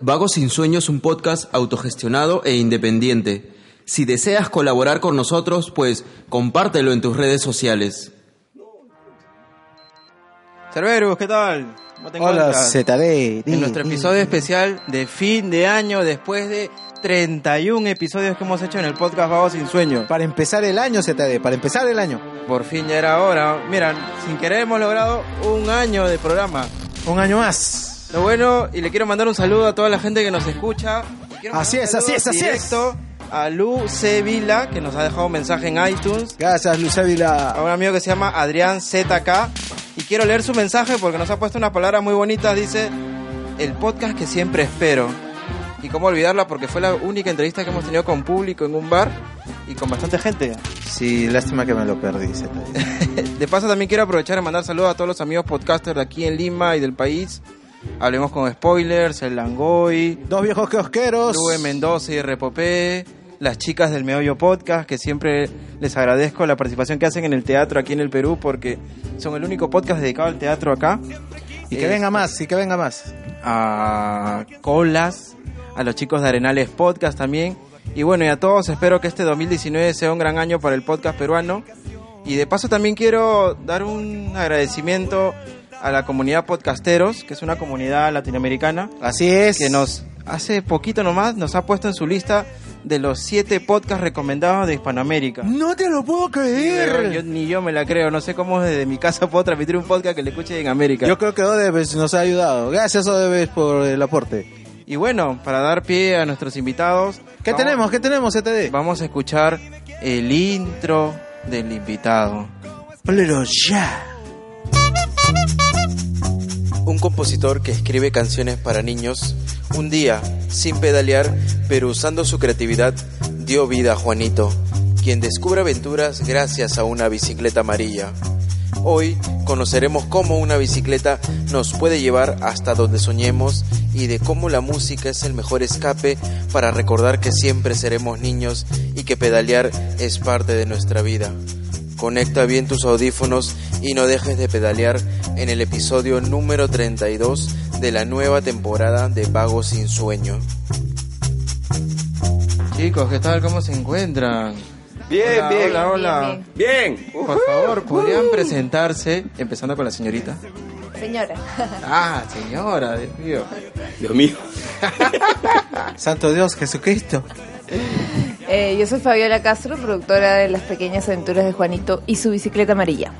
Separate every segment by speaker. Speaker 1: Vagos sin Sueño es un podcast autogestionado e independiente. Si deseas colaborar con nosotros, pues compártelo en tus redes sociales.
Speaker 2: Cerberus, ¿qué tal? ¿Cómo te
Speaker 3: Hola,
Speaker 2: encuentras?
Speaker 3: ZD.
Speaker 2: En nuestro episodio especial de fin de año, después de 31 episodios que hemos hecho en el podcast Vago Sin Sueño.
Speaker 3: Para empezar el año, ZD, para empezar el año.
Speaker 2: Por fin ya era hora. Mira, sin querer hemos logrado un año de programa.
Speaker 3: Un año más.
Speaker 2: Lo bueno, y le quiero mandar un saludo a toda la gente que nos escucha. Y quiero
Speaker 3: Así
Speaker 2: mandar
Speaker 3: es,
Speaker 2: un
Speaker 3: así es,
Speaker 2: saludo
Speaker 3: así
Speaker 2: directo A Lu Sevilla, que nos ha dejado un mensaje en iTunes.
Speaker 3: Gracias, Luz
Speaker 2: A
Speaker 3: Ávila.
Speaker 2: un amigo que se llama Adrián ZK. Y quiero leer su mensaje porque nos ha puesto unas palabras muy bonitas. Dice, el podcast que siempre espero. Y cómo olvidarla porque fue la única entrevista que hemos tenido con público en un bar y con bastante gente.
Speaker 3: Sí, lástima que me lo perdí, ZD.
Speaker 2: De paso también quiero aprovechar y mandar saludos a todos los amigos podcasters de aquí en Lima y del país. Hablemos con spoilers, el Langoy,
Speaker 3: Dos viejos kiosqueros.
Speaker 2: Rubén Mendoza y Repopé, las chicas del Meollo Podcast, que siempre les agradezco la participación que hacen en el teatro aquí en el Perú, porque son el único podcast dedicado al teatro acá.
Speaker 3: Y que
Speaker 2: Este,
Speaker 3: venga más, y que venga más.
Speaker 2: A Colas, a los chicos de Arenales Podcast también. Y bueno, y a todos espero que este 2019 sea un gran año para el podcast peruano. Y de paso también quiero dar un agradecimiento a la comunidad podcasteros, que es una comunidad latinoamericana
Speaker 3: Así es.
Speaker 2: que nos hace poquito nomás nos ha puesto en su lista de los siete podcasts recomendados de Hispanoamérica.
Speaker 3: No te lo puedo creer.
Speaker 2: Yo- ni yo me la creo, no sé cómo desde mi casa puedo transmitir un podcast que le escuche en América.
Speaker 3: Yo creo que Odebes nos ha ayudado. Gracias, Odebes, por el aporte.
Speaker 2: Y bueno, para dar pie a nuestros invitados,
Speaker 3: ¿Qué
Speaker 2: vamos-
Speaker 3: tenemos? ¿Qué tenemos, ZD?
Speaker 2: Vamos a escuchar el intro del invitado.
Speaker 3: Pero ya.
Speaker 2: Un compositor que escribe canciones para niños, un día, sin pedalear, pero usando su creatividad, dio vida a Juanito, quien descubre aventuras gracias a una bicicleta amarilla. Hoy conoceremos cómo una bicicleta nos puede llevar hasta donde soñemos y de cómo la música es el mejor escape para recordar que siempre seremos niños y que pedalear es parte de nuestra vida. Conecta bien tus audífonos y no dejes de pedalear en el episodio número 32 de la nueva temporada de Vago sin Sueño. Chicos, ¿qué tal? ¿Cómo se encuentran?
Speaker 4: Bien,
Speaker 2: Hola,
Speaker 4: bien.
Speaker 2: Hola, hola.
Speaker 5: Bien,
Speaker 4: Bien. Uh-huh.
Speaker 2: Por favor, ¿podrían presentarse? Empezando con la señorita.
Speaker 5: Señora,
Speaker 2: Ah, señora, Dios mío.
Speaker 4: Dios mío.
Speaker 3: Santo Dios, Jesucristo.
Speaker 5: eh, yo soy Fabiola Castro, productora de Las Pequeñas Aventuras de Juanito y su bicicleta amarilla.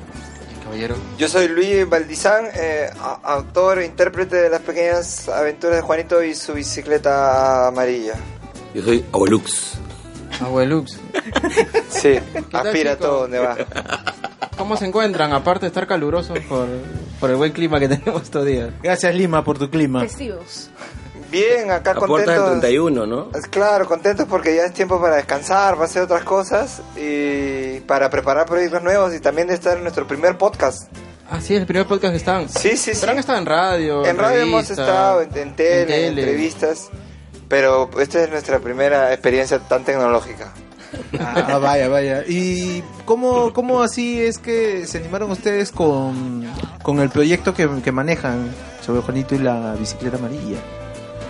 Speaker 2: Caballero.
Speaker 6: Yo soy Luis Valdizán, eh, a- autor e intérprete de las pequeñas aventuras de Juanito y su bicicleta amarilla.
Speaker 4: Yo soy Abolux.
Speaker 2: Abuelux.
Speaker 6: Sí,
Speaker 2: tal,
Speaker 6: aspira a
Speaker 2: chico?
Speaker 6: todo donde va.
Speaker 2: ¿Cómo se encuentran? Aparte de estar calurosos por, por el buen clima que tenemos estos días.
Speaker 3: Gracias, Lima, por tu
Speaker 1: Ah.
Speaker 3: clima.
Speaker 5: Festivos.
Speaker 6: Bien, acá
Speaker 4: A puertas del
Speaker 6: contentos. Ah,
Speaker 4: 31, ¿no?
Speaker 6: Claro, contentos porque ya es tiempo para descansar, para hacer otras cosas y para preparar proyectos nuevos y también de estar en nuestro primer podcast.
Speaker 2: Ah, sí, el primer podcast que están.
Speaker 6: Sí, sí, sí.
Speaker 2: Pero han estado en radio.
Speaker 6: En radio hemos
Speaker 2: revista,
Speaker 6: estado, en, en tele, en entrevistas, pero esta es nuestra primera experiencia tan tecnológica.
Speaker 3: Ah, vaya, vaya. ¿Y cómo, cómo así es que se animaron ustedes con, con el proyecto que, que manejan sobre Juanito y la bicicleta amarilla?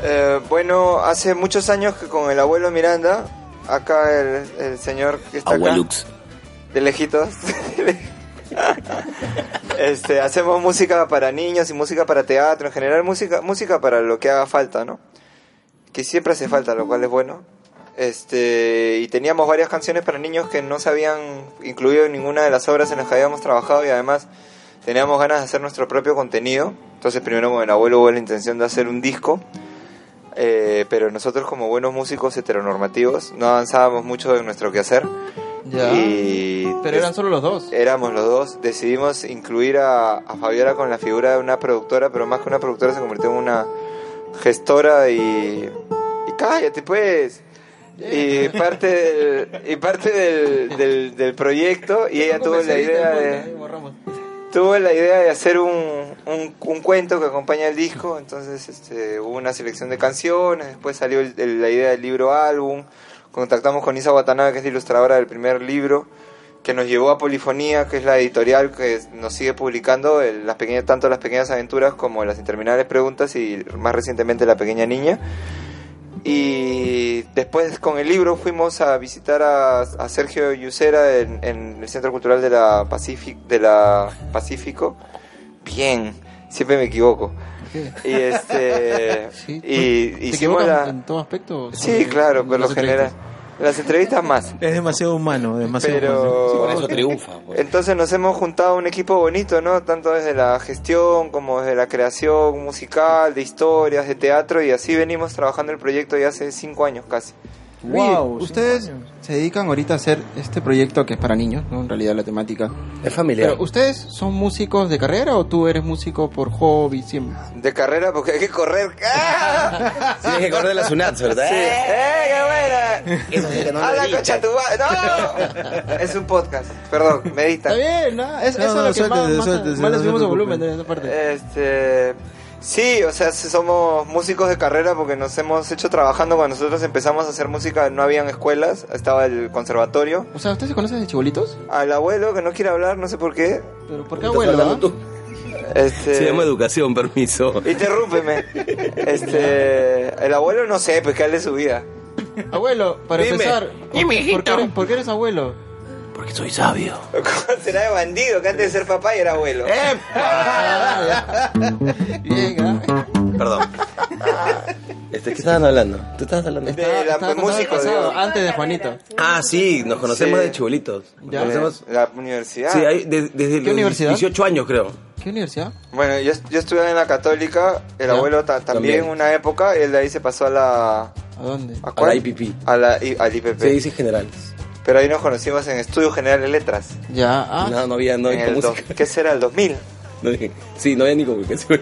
Speaker 6: Eh, bueno, hace muchos años que con el abuelo Miranda, acá el, el señor que está acá,
Speaker 4: Abuelux.
Speaker 6: de lejitos, este, hacemos música para niños y música para teatro, en general música, música para lo que haga falta, ¿no? Que siempre hace falta, lo cual es bueno. Este, y teníamos varias canciones para niños que no se habían incluido en ninguna de las obras en las que habíamos trabajado y además teníamos ganas de hacer nuestro propio contenido. Entonces primero con el abuelo hubo la intención de hacer un disco. Eh, pero nosotros como buenos músicos heteronormativos no avanzábamos mucho en nuestro quehacer
Speaker 2: Ya.
Speaker 6: y
Speaker 2: Pero eran solo los dos.
Speaker 6: éramos los dos decidimos incluir a, a Fabiola con la figura de una productora pero más que una productora se convirtió en una gestora y Y cállate, pues. Y parte del, y parte del, del, del proyecto, y ella tuvo la idea
Speaker 7: Este,
Speaker 6: de. Tuvo la idea de hacer un, un, un cuento que acompaña el disco, entonces este, hubo una selección de canciones, después salió el- el- la idea del libro álbum, contactamos con Isa Watanabe, que es la ilustradora del primer libro, que nos llevó a Polifonía, que es la editorial que nos sigue publicando el- las pequeñas, tanto las pequeñas aventuras como las interminables preguntas y más recientemente La Pequeña Niña. Y después con el libro fuimos a visitar a, a Sergio Yusera en, en el Centro Cultural de la, Pacific, de la Pacífico. Bien, siempre me equivoco. Y este
Speaker 1: Sí,
Speaker 6: y
Speaker 1: ¿Te
Speaker 6: hicimos
Speaker 1: equivocas
Speaker 6: la
Speaker 1: en todo aspecto?
Speaker 6: Sí, claro, por lo general. Las entrevistas más.
Speaker 3: Es demasiado humano, demasiado humano.
Speaker 7: Por
Speaker 6: Pero
Speaker 7: eso triunfa. pues.
Speaker 6: entonces nos hemos juntado un equipo bonito, ¿no? Tanto desde la gestión como desde la creación musical, de historias, de teatro y así venimos trabajando el proyecto ya hace cinco años casi.
Speaker 3: Wow,
Speaker 1: Oye, ustedes se dedican ahorita a hacer este proyecto que es para niños, ¿no? En realidad la temática.
Speaker 7: Es familiar.
Speaker 1: Pero, ¿ustedes son músicos de carrera o tú eres músico por hobby siempre?
Speaker 6: De carrera porque hay que correr. ¡Ah!
Speaker 7: Tienes que correr de la Sunat, ¿verdad?
Speaker 6: Sí. ¡Eh, qué buena!
Speaker 7: Eso sí que no lo
Speaker 6: ¡Habla
Speaker 7: digas.
Speaker 6: concha tu ma- ¡No! es un podcast. Perdón, medita.
Speaker 1: Está bien, ¿no? Es,
Speaker 3: No,
Speaker 1: eso es
Speaker 3: no,
Speaker 1: lo que más,
Speaker 3: suéltese,
Speaker 1: más-
Speaker 3: suéltese,
Speaker 1: más
Speaker 3: no
Speaker 1: le
Speaker 3: se
Speaker 1: subimos el
Speaker 3: preocupe.
Speaker 1: volumen de esa parte.
Speaker 6: Este, sí, o sea, sí somos músicos de carrera porque nos hemos hecho trabajando cuando nosotros empezamos a hacer música, no habían escuelas, estaba el conservatorio.
Speaker 1: O sea, ¿ustedes se conocen de chibolitos?
Speaker 6: Al abuelo que no quiere hablar, no sé por qué.
Speaker 1: ¿Pero por qué
Speaker 7: Estás
Speaker 1: abuelo?
Speaker 7: hablando
Speaker 1: ah?
Speaker 7: tú.
Speaker 6: Este,
Speaker 7: Se llama educación, permiso.
Speaker 6: Interrúmpeme. Este, el abuelo no sé, pues que hable su vida.
Speaker 1: Abuelo, para
Speaker 7: Dime.
Speaker 1: empezar, ¿por qué, eres, por qué eres abuelo?
Speaker 7: Porque soy sabio.
Speaker 6: ¿Cómo será de bandido que antes de ser papá y era abuelo?
Speaker 1: Bien, ¿ah?
Speaker 7: Perdón. Este, ¿Qué estaban hablando? ¿Tú estabas hablando?
Speaker 6: De la
Speaker 1: Estaba contando el
Speaker 6: música,
Speaker 1: pasado,
Speaker 6: digo.
Speaker 1: antes de Juanito.
Speaker 7: Ah, sí, nos conocemos
Speaker 6: Sí.
Speaker 7: de chibolitos. Nos
Speaker 1: Ya.
Speaker 7: conocemos-
Speaker 6: La universidad.
Speaker 7: Sí, ahí de- desde los
Speaker 1: universidad?
Speaker 7: 18 años, creo.
Speaker 1: ¿Qué universidad?
Speaker 6: Bueno, yo, yo estuve en la católica, el
Speaker 1: Ya,
Speaker 6: abuelo ta- también
Speaker 7: también.
Speaker 6: una época, él de ahí se pasó a la...
Speaker 1: ¿A dónde?
Speaker 6: ¿A,
Speaker 7: la
Speaker 6: cuál?
Speaker 7: IPP.
Speaker 6: A la I- al IPP.
Speaker 7: Se dice general.
Speaker 6: Pero ahí nos conocimos en Estudio General de Letras.
Speaker 1: Ya, ah.
Speaker 7: No, no había, no
Speaker 6: en
Speaker 7: había
Speaker 6: el
Speaker 7: música.
Speaker 6: dos- ¿Qué será? ¿El 2000?
Speaker 7: No había- sí, no había ni comunicación.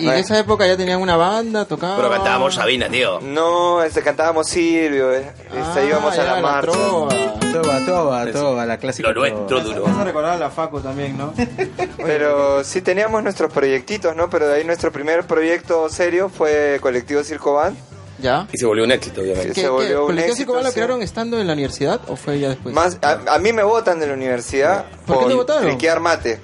Speaker 1: Y en esa época ya tenían una banda, tocaban.
Speaker 7: Pero cantábamos Sabina, tío.
Speaker 6: No, este, cantábamos Silvio, eh, este, íbamos a
Speaker 1: Ah, ya,
Speaker 6: la marcha.
Speaker 1: trova.
Speaker 3: Toba, toba, toba, la clásica.
Speaker 7: Lo nuestro
Speaker 3: toba.
Speaker 7: duro.
Speaker 1: Vas a recordar a la Facu también, ¿no?
Speaker 6: Pero sí teníamos nuestros proyectitos, ¿no? Pero de ahí nuestro primer proyecto serio fue Colectivo Circo Band.
Speaker 1: ya.
Speaker 7: Y se volvió un éxito, obviamente.
Speaker 6: Sí.
Speaker 1: ¿Qué,
Speaker 6: se volvió
Speaker 1: qué?
Speaker 6: un
Speaker 1: ¿Colectivo
Speaker 6: éxito,
Speaker 1: Circo lo
Speaker 6: sí.
Speaker 1: crearon estando en la universidad o fue Pues ya después?
Speaker 6: Más, a, a mí me votan de la universidad
Speaker 1: ¿Por qué te votaron?
Speaker 6: friquear mate.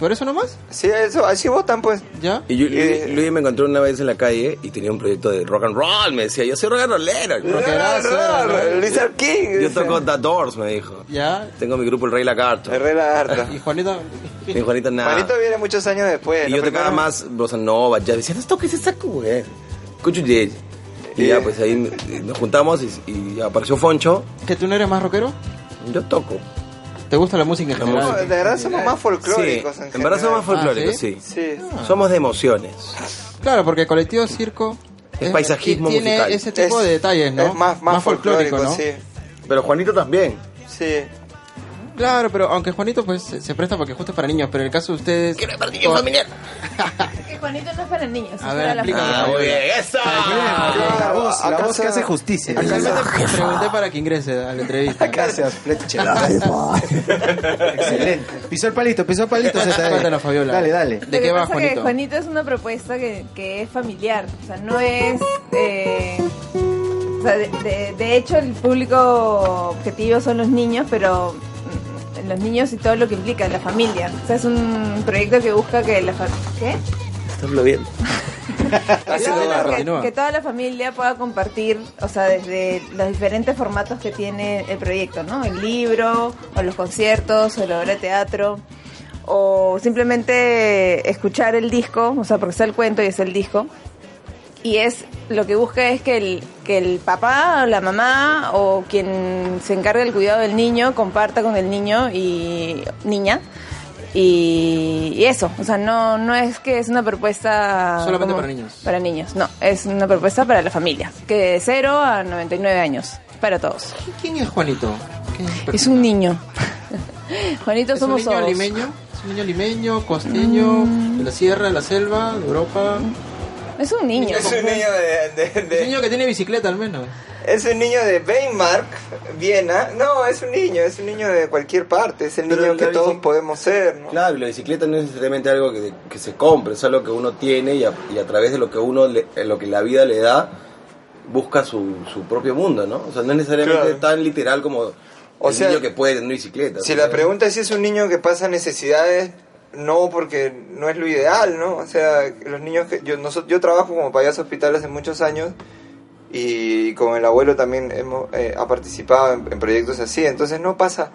Speaker 1: ¿Por eso nomás?
Speaker 6: Sí, eso, así votan pues.
Speaker 1: ¿Ya?
Speaker 7: Y yo,
Speaker 6: Eh.
Speaker 7: Luis, Luis me encontró una vez en la calle y tenía un proyecto de rock and roll. Me decía, yo soy rock and rollero.
Speaker 1: Rockerazo era, ¿no?
Speaker 6: Luis Arquín.
Speaker 7: Yo toco The Doors, me dijo.
Speaker 1: ¿Ya?
Speaker 7: Tengo mi grupo El Rey Lagarto.
Speaker 6: Herrera Harta.
Speaker 1: ¿Y Juanito?
Speaker 7: Mi Juanita nada.
Speaker 6: Juanito viene muchos años después.
Speaker 7: y
Speaker 6: ¿no?
Speaker 7: yo tocaba
Speaker 6: Primero-
Speaker 7: más bossa nova, ya decía, no toques esa cuba, Cuchuyel. Y ya, pues ahí nos juntamos y, y apareció Foncho.
Speaker 1: ¿Que tú no eres más rockero?
Speaker 7: Yo toco.
Speaker 1: ¿Te gusta la música en
Speaker 7: La
Speaker 1: general?
Speaker 6: No, de verdad somos más
Speaker 7: Sí,
Speaker 6: folclóricos.
Speaker 7: en verdad somos más folclóricos,
Speaker 1: Ah,
Speaker 7: sí.
Speaker 1: ¿sí?
Speaker 6: Sí.
Speaker 7: Somos de emociones.
Speaker 1: Claro, porque Colectivo Circo...
Speaker 7: Es paisajismo
Speaker 1: tiene
Speaker 7: musical.
Speaker 1: ese Este tipo de detalles, ¿no?
Speaker 6: Es más, más, folclórico,
Speaker 7: Pero Juanito también.
Speaker 6: sí. Sí.
Speaker 1: Claro, pero aunque Juanito pues se, se presta porque justo es para niños, pero en el caso de ustedes...
Speaker 7: Quiero para niños familiar.
Speaker 5: Que Juanito no es para niños, es
Speaker 1: A ver,
Speaker 5: para la
Speaker 1: explícame.
Speaker 7: Ah, muy bien, ¡Esa!
Speaker 3: La voz, la
Speaker 6: Ah, Acá
Speaker 3: voz que
Speaker 6: se-
Speaker 3: hace justicia.
Speaker 1: Casualmente pregunté para que ingrese a la entrevista.
Speaker 3: Gracias, Fletcher. Excelente. Pisó el palito, pisó el palito. ZE.
Speaker 1: Cuéntanos, Fabiola.
Speaker 3: Dale, dale.
Speaker 1: ¿De qué
Speaker 5: Lo que
Speaker 1: va,
Speaker 5: pasa es que
Speaker 1: Juanito?
Speaker 5: Juanito es una propuesta que, que es familiar, o sea, no es... eh, o sea, de, de- de hecho, el público objetivo son los niños, pero mm, los niños y todo lo que implica, la familia. O sea, es un proyecto que busca que la fa- ¿Qué?
Speaker 7: Estás lo bien.
Speaker 6: Así
Speaker 5: Claro,
Speaker 6: no va.
Speaker 5: que-
Speaker 1: continúa.
Speaker 5: que, toda la familia pueda compartir, o sea, desde los diferentes formatos que tiene el proyecto, ¿no? El libro, o los conciertos, o la obra de teatro, o simplemente escuchar el disco, o sea, porque está el cuento y es el disco. Y es lo que busca es que el, que el papá o la mamá o quien se encargue del cuidado del niño comparta con el niño y niña. Y, y eso, o sea, no, no es que es una propuesta...
Speaker 1: Solamente para niños.
Speaker 5: Para niños, no, es una propuesta para la familia, que de 0 a 99 años, para todos.
Speaker 1: ¿Qui- ¿Quién es Juanito? ¿Qué
Speaker 5: Es un niño. Juanito
Speaker 1: ¿Es
Speaker 5: somos
Speaker 1: un niño
Speaker 5: todos. Mm.
Speaker 1: limeño? ¿Es un niño limeño, costeño, de la sierra, de la selva, de Europa?
Speaker 5: Es un niño.
Speaker 6: Es un niño de, de- de-
Speaker 3: Es un niño que tiene bicicleta al menos.
Speaker 6: es un niño de Weimar, Viena. No, es un niño, es un niño de cualquier parte. Es el
Speaker 7: Pero
Speaker 6: niño
Speaker 7: la
Speaker 6: que
Speaker 7: bici-
Speaker 6: todos podemos ser, ¿no?
Speaker 7: Claro, y la bicicleta no es necesariamente algo que, que se compre, es algo que uno tiene y a, y a través de lo que uno, le- eh, lo que la vida le da, busca su, su propio mundo, ¿no? O sea, no es necesariamente
Speaker 6: Claro.
Speaker 7: tan literal como
Speaker 6: O
Speaker 7: el
Speaker 6: sea,
Speaker 7: niño que puede tener bicicleta.
Speaker 6: Si
Speaker 7: O sea,
Speaker 6: la pregunta es si es un niño que pasa necesidades, no, porque no es lo ideal, ¿no? O sea, los niños que. Yo, noso- yo trabajo como payaso hospital hace muchos años y con el abuelo también hemos, eh, ha participado en, en proyectos así, entonces no pasa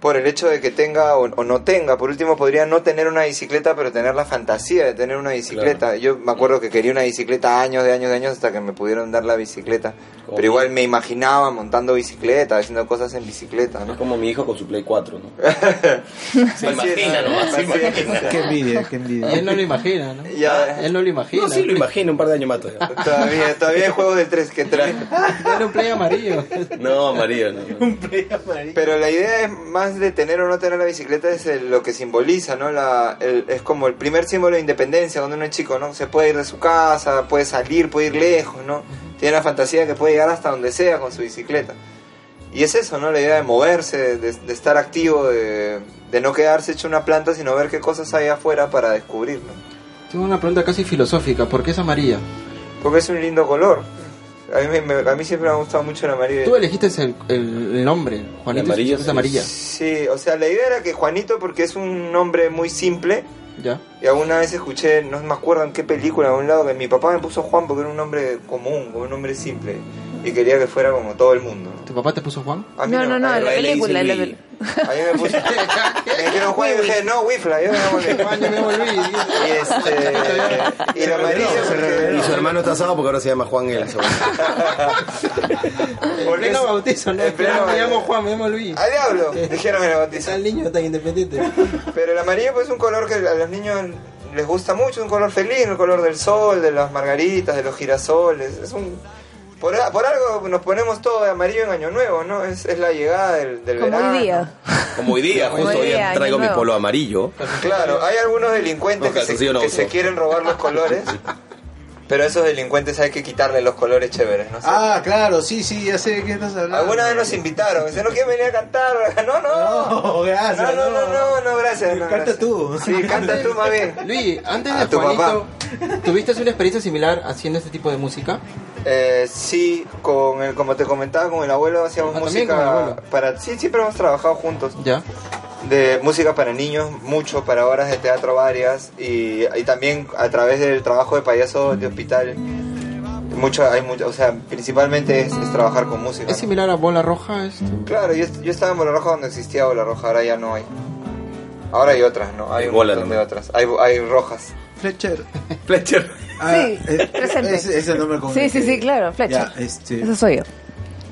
Speaker 6: por el hecho de que tenga o, o no tenga. Por último, podría no tener una bicicleta, pero tener la fantasía de tener una bicicleta. Yo me acuerdo que quería una bicicleta años, de años, de años, hasta que me pudieron dar la bicicleta.
Speaker 7: Como
Speaker 6: Pero igual me imaginaba montando bicicleta, haciendo cosas en bicicleta, ¿no?
Speaker 7: Es como mi hijo con su Play 4, ¿no?
Speaker 6: Se imagina, ¿no?
Speaker 3: Qué envidia, qué envidia.
Speaker 1: Él no lo imagina, ¿no?
Speaker 6: Ya,
Speaker 1: Él no lo imagina.
Speaker 7: No, sí lo imagino, un par de años más todavía.
Speaker 6: todavía, todavía hay juegos de tres que traen.
Speaker 1: Era un play amarillo.
Speaker 7: No, María, no. no.
Speaker 6: Pero la idea es más de tener o no tener la bicicleta, es el- lo que simboliza, ¿no? La, el- es como el primer símbolo de independencia cuando uno es chico, ¿no? Se puede ir de su casa, puede salir, puede ir lejos, ¿no? Tiene la fantasía de que puede llegar hasta donde sea con su bicicleta. Y es eso, ¿no? La idea de moverse, de, de estar activo, de, de no quedarse hecho una planta, sino ver qué cosas hay afuera para descubrir, ¿no?
Speaker 1: Tengo una pregunta casi filosófica. ¿Por qué es amarilla?
Speaker 6: Porque es un lindo color. A mí, me- me- a mí siempre me ha gustado mucho el amarillo.
Speaker 1: Tú elegiste el, el- el nombre, Juanito.
Speaker 7: El amarillo
Speaker 1: es,
Speaker 7: es-
Speaker 1: amarilla.
Speaker 6: Sí, o sea, la idea era que Juanito, porque es un nombre muy simple,
Speaker 1: Ya.
Speaker 6: y alguna vez escuché, no me acuerdo en qué película, a un lado, que mi papá me puso Juan porque era un nombre común, como un nombre simple, y quería que fuera como todo el mundo.
Speaker 1: ¿Tu papá te puso Juan?
Speaker 6: A mí
Speaker 5: No, no, no,
Speaker 6: a
Speaker 5: la
Speaker 6: mí-
Speaker 5: película, la
Speaker 7: Luis.
Speaker 5: pel-
Speaker 6: a mí me puso. me dijeron Juan y yo dije, no, Wifla, yo me llamo Juan.
Speaker 1: me volví.
Speaker 6: Y este. Y el amarillo,
Speaker 7: Y su
Speaker 6: porque,
Speaker 7: hermano está asado porque ahora se llama Juan el segundo.
Speaker 6: porque es- en pleno bautizo.
Speaker 1: Juan, me llamo Luis.
Speaker 6: ¡Al diablo! Dijeron que lo bautizan.
Speaker 1: el niño tan independiente.
Speaker 6: Pero el amarillo pues, es un color que a los niños les gusta mucho, es un color feliz, el color del sol, de las margaritas, de los girasoles. Es un por, a- por algo nos ponemos todo de amarillo en Año Nuevo, ¿no? Es, es la llegada del, del
Speaker 5: Como
Speaker 6: verano.
Speaker 5: hoy día.
Speaker 7: Como hoy día,
Speaker 5: Como
Speaker 7: justo
Speaker 5: hoy
Speaker 7: hoy
Speaker 5: día, año
Speaker 7: traigo mi
Speaker 5: nuevo.
Speaker 7: polo amarillo.
Speaker 6: Claro, hay algunos delincuentes
Speaker 7: Los
Speaker 6: que, se,
Speaker 7: calzoncillos no
Speaker 6: que
Speaker 7: uso.
Speaker 6: se quieren robar los colores, pero a esos delincuentes hay que quitarle los colores chéveres, ¿no? sé.
Speaker 3: Ah, claro, sí, sí, ya sé de qué estás hablando.
Speaker 6: Alguna vez nos invitaron, dice, no quieren venir a cantar, no, no.
Speaker 3: No, gracias.
Speaker 6: No, no, no, no, no, gracias. no,
Speaker 3: Canta
Speaker 6: gracias.
Speaker 3: tú.
Speaker 6: Sí, canta tú más bien.
Speaker 1: Luis, antes
Speaker 6: A
Speaker 1: de
Speaker 6: tu
Speaker 1: Juanito, ¿tuviste una experiencia similar haciendo este tipo de música?
Speaker 6: Eh, sí, con el, como te comentaba, con el abuelo hacíamos
Speaker 1: Ah, también con el
Speaker 6: música
Speaker 1: abuelo.
Speaker 6: para... Sí, siempre hemos trabajado juntos.
Speaker 1: Ya.
Speaker 6: De música para niños, mucho, para obras de teatro varias. Y, y también a través del trabajo de payaso de hospital. Mucho, hay mucho, o sea, principalmente es, es trabajar con música.
Speaker 1: ¿Es similar a Bola Roja esto?
Speaker 6: Claro, yo, yo estaba en Bola Roja cuando existía Bola Roja, ahora ya no hay. Ahora hay otras, ¿no? Hay
Speaker 7: Hay
Speaker 6: un
Speaker 7: bola,
Speaker 6: montón
Speaker 7: ¿no?
Speaker 6: de otras. Hay, hay rojas.
Speaker 3: Fletcher.
Speaker 7: Fletcher.
Speaker 5: Sí,
Speaker 3: eh,
Speaker 5: presente.
Speaker 3: Ese, ese nombre con
Speaker 5: Sí,
Speaker 3: el
Speaker 5: sí,
Speaker 3: que-
Speaker 5: sí, claro, Fletcher.
Speaker 3: Ya, este-
Speaker 5: Eso soy yo.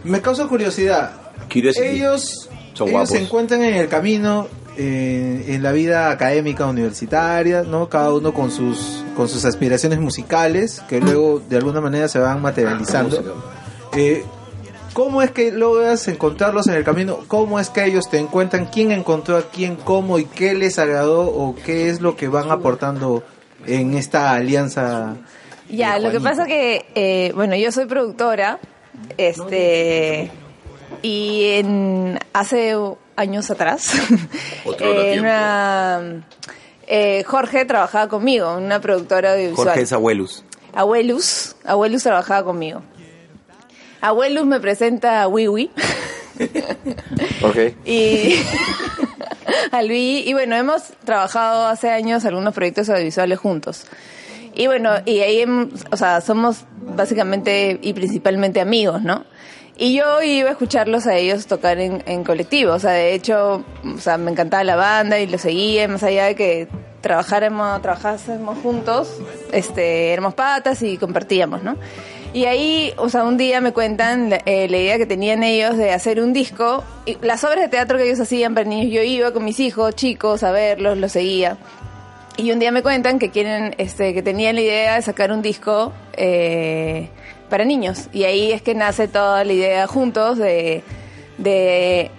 Speaker 3: Me causa curiosidad.
Speaker 7: Curiosity.
Speaker 3: Ellos,
Speaker 7: Son
Speaker 3: ellos se
Speaker 7: guapos.
Speaker 3: encuentran en el camino, eh, en la vida académica universitaria, ¿no? Cada uno con sus, con sus aspiraciones musicales, que luego de alguna manera se van
Speaker 7: Ah,
Speaker 3: materializando. Eh, ¿Cómo es que logras encontrarlos en el camino? ¿Cómo es que ellos te encuentran? ¿Quién encontró a quién? ¿Cómo? ¿Y qué les agradó? ¿O qué es lo que van aportando en esta alianza?
Speaker 5: Ya,
Speaker 3: de
Speaker 5: lo que
Speaker 3: Juanito?
Speaker 5: pasa que, eh, bueno, yo soy productora, este, y en, hace años atrás,
Speaker 7: Otro era tiempo.
Speaker 5: una- eh, Jorge trabajaba conmigo, en una productora audiovisual.
Speaker 7: Jorge es abuelus.
Speaker 5: Abuelus, Abuelus trabajaba conmigo. Abuelus me presenta a Wiwi
Speaker 6: Ok.
Speaker 5: y a Luis y bueno, hemos trabajado hace años algunos proyectos audiovisuales juntos. Y bueno, y ahí, em- o sea, somos básicamente y principalmente amigos, ¿no? Y yo iba a escucharlos a ellos tocar en, en colectivo, o sea, de hecho, o sea, me encantaba la banda y lo seguía, y más allá de que trabajáramos, trabajásemos juntos, este, éramos patas y compartíamos, ¿no? Y ahí, o sea, un día me cuentan la- eh, la idea que tenían ellos de hacer un disco. Y las obras de teatro que ellos hacían para niños, yo iba con mis hijos, chicos, a verlos, los seguía. Y un día me cuentan que quieren, este, que tenían la idea de sacar un disco eh, para niños. Y ahí es que nace toda la idea juntos de, de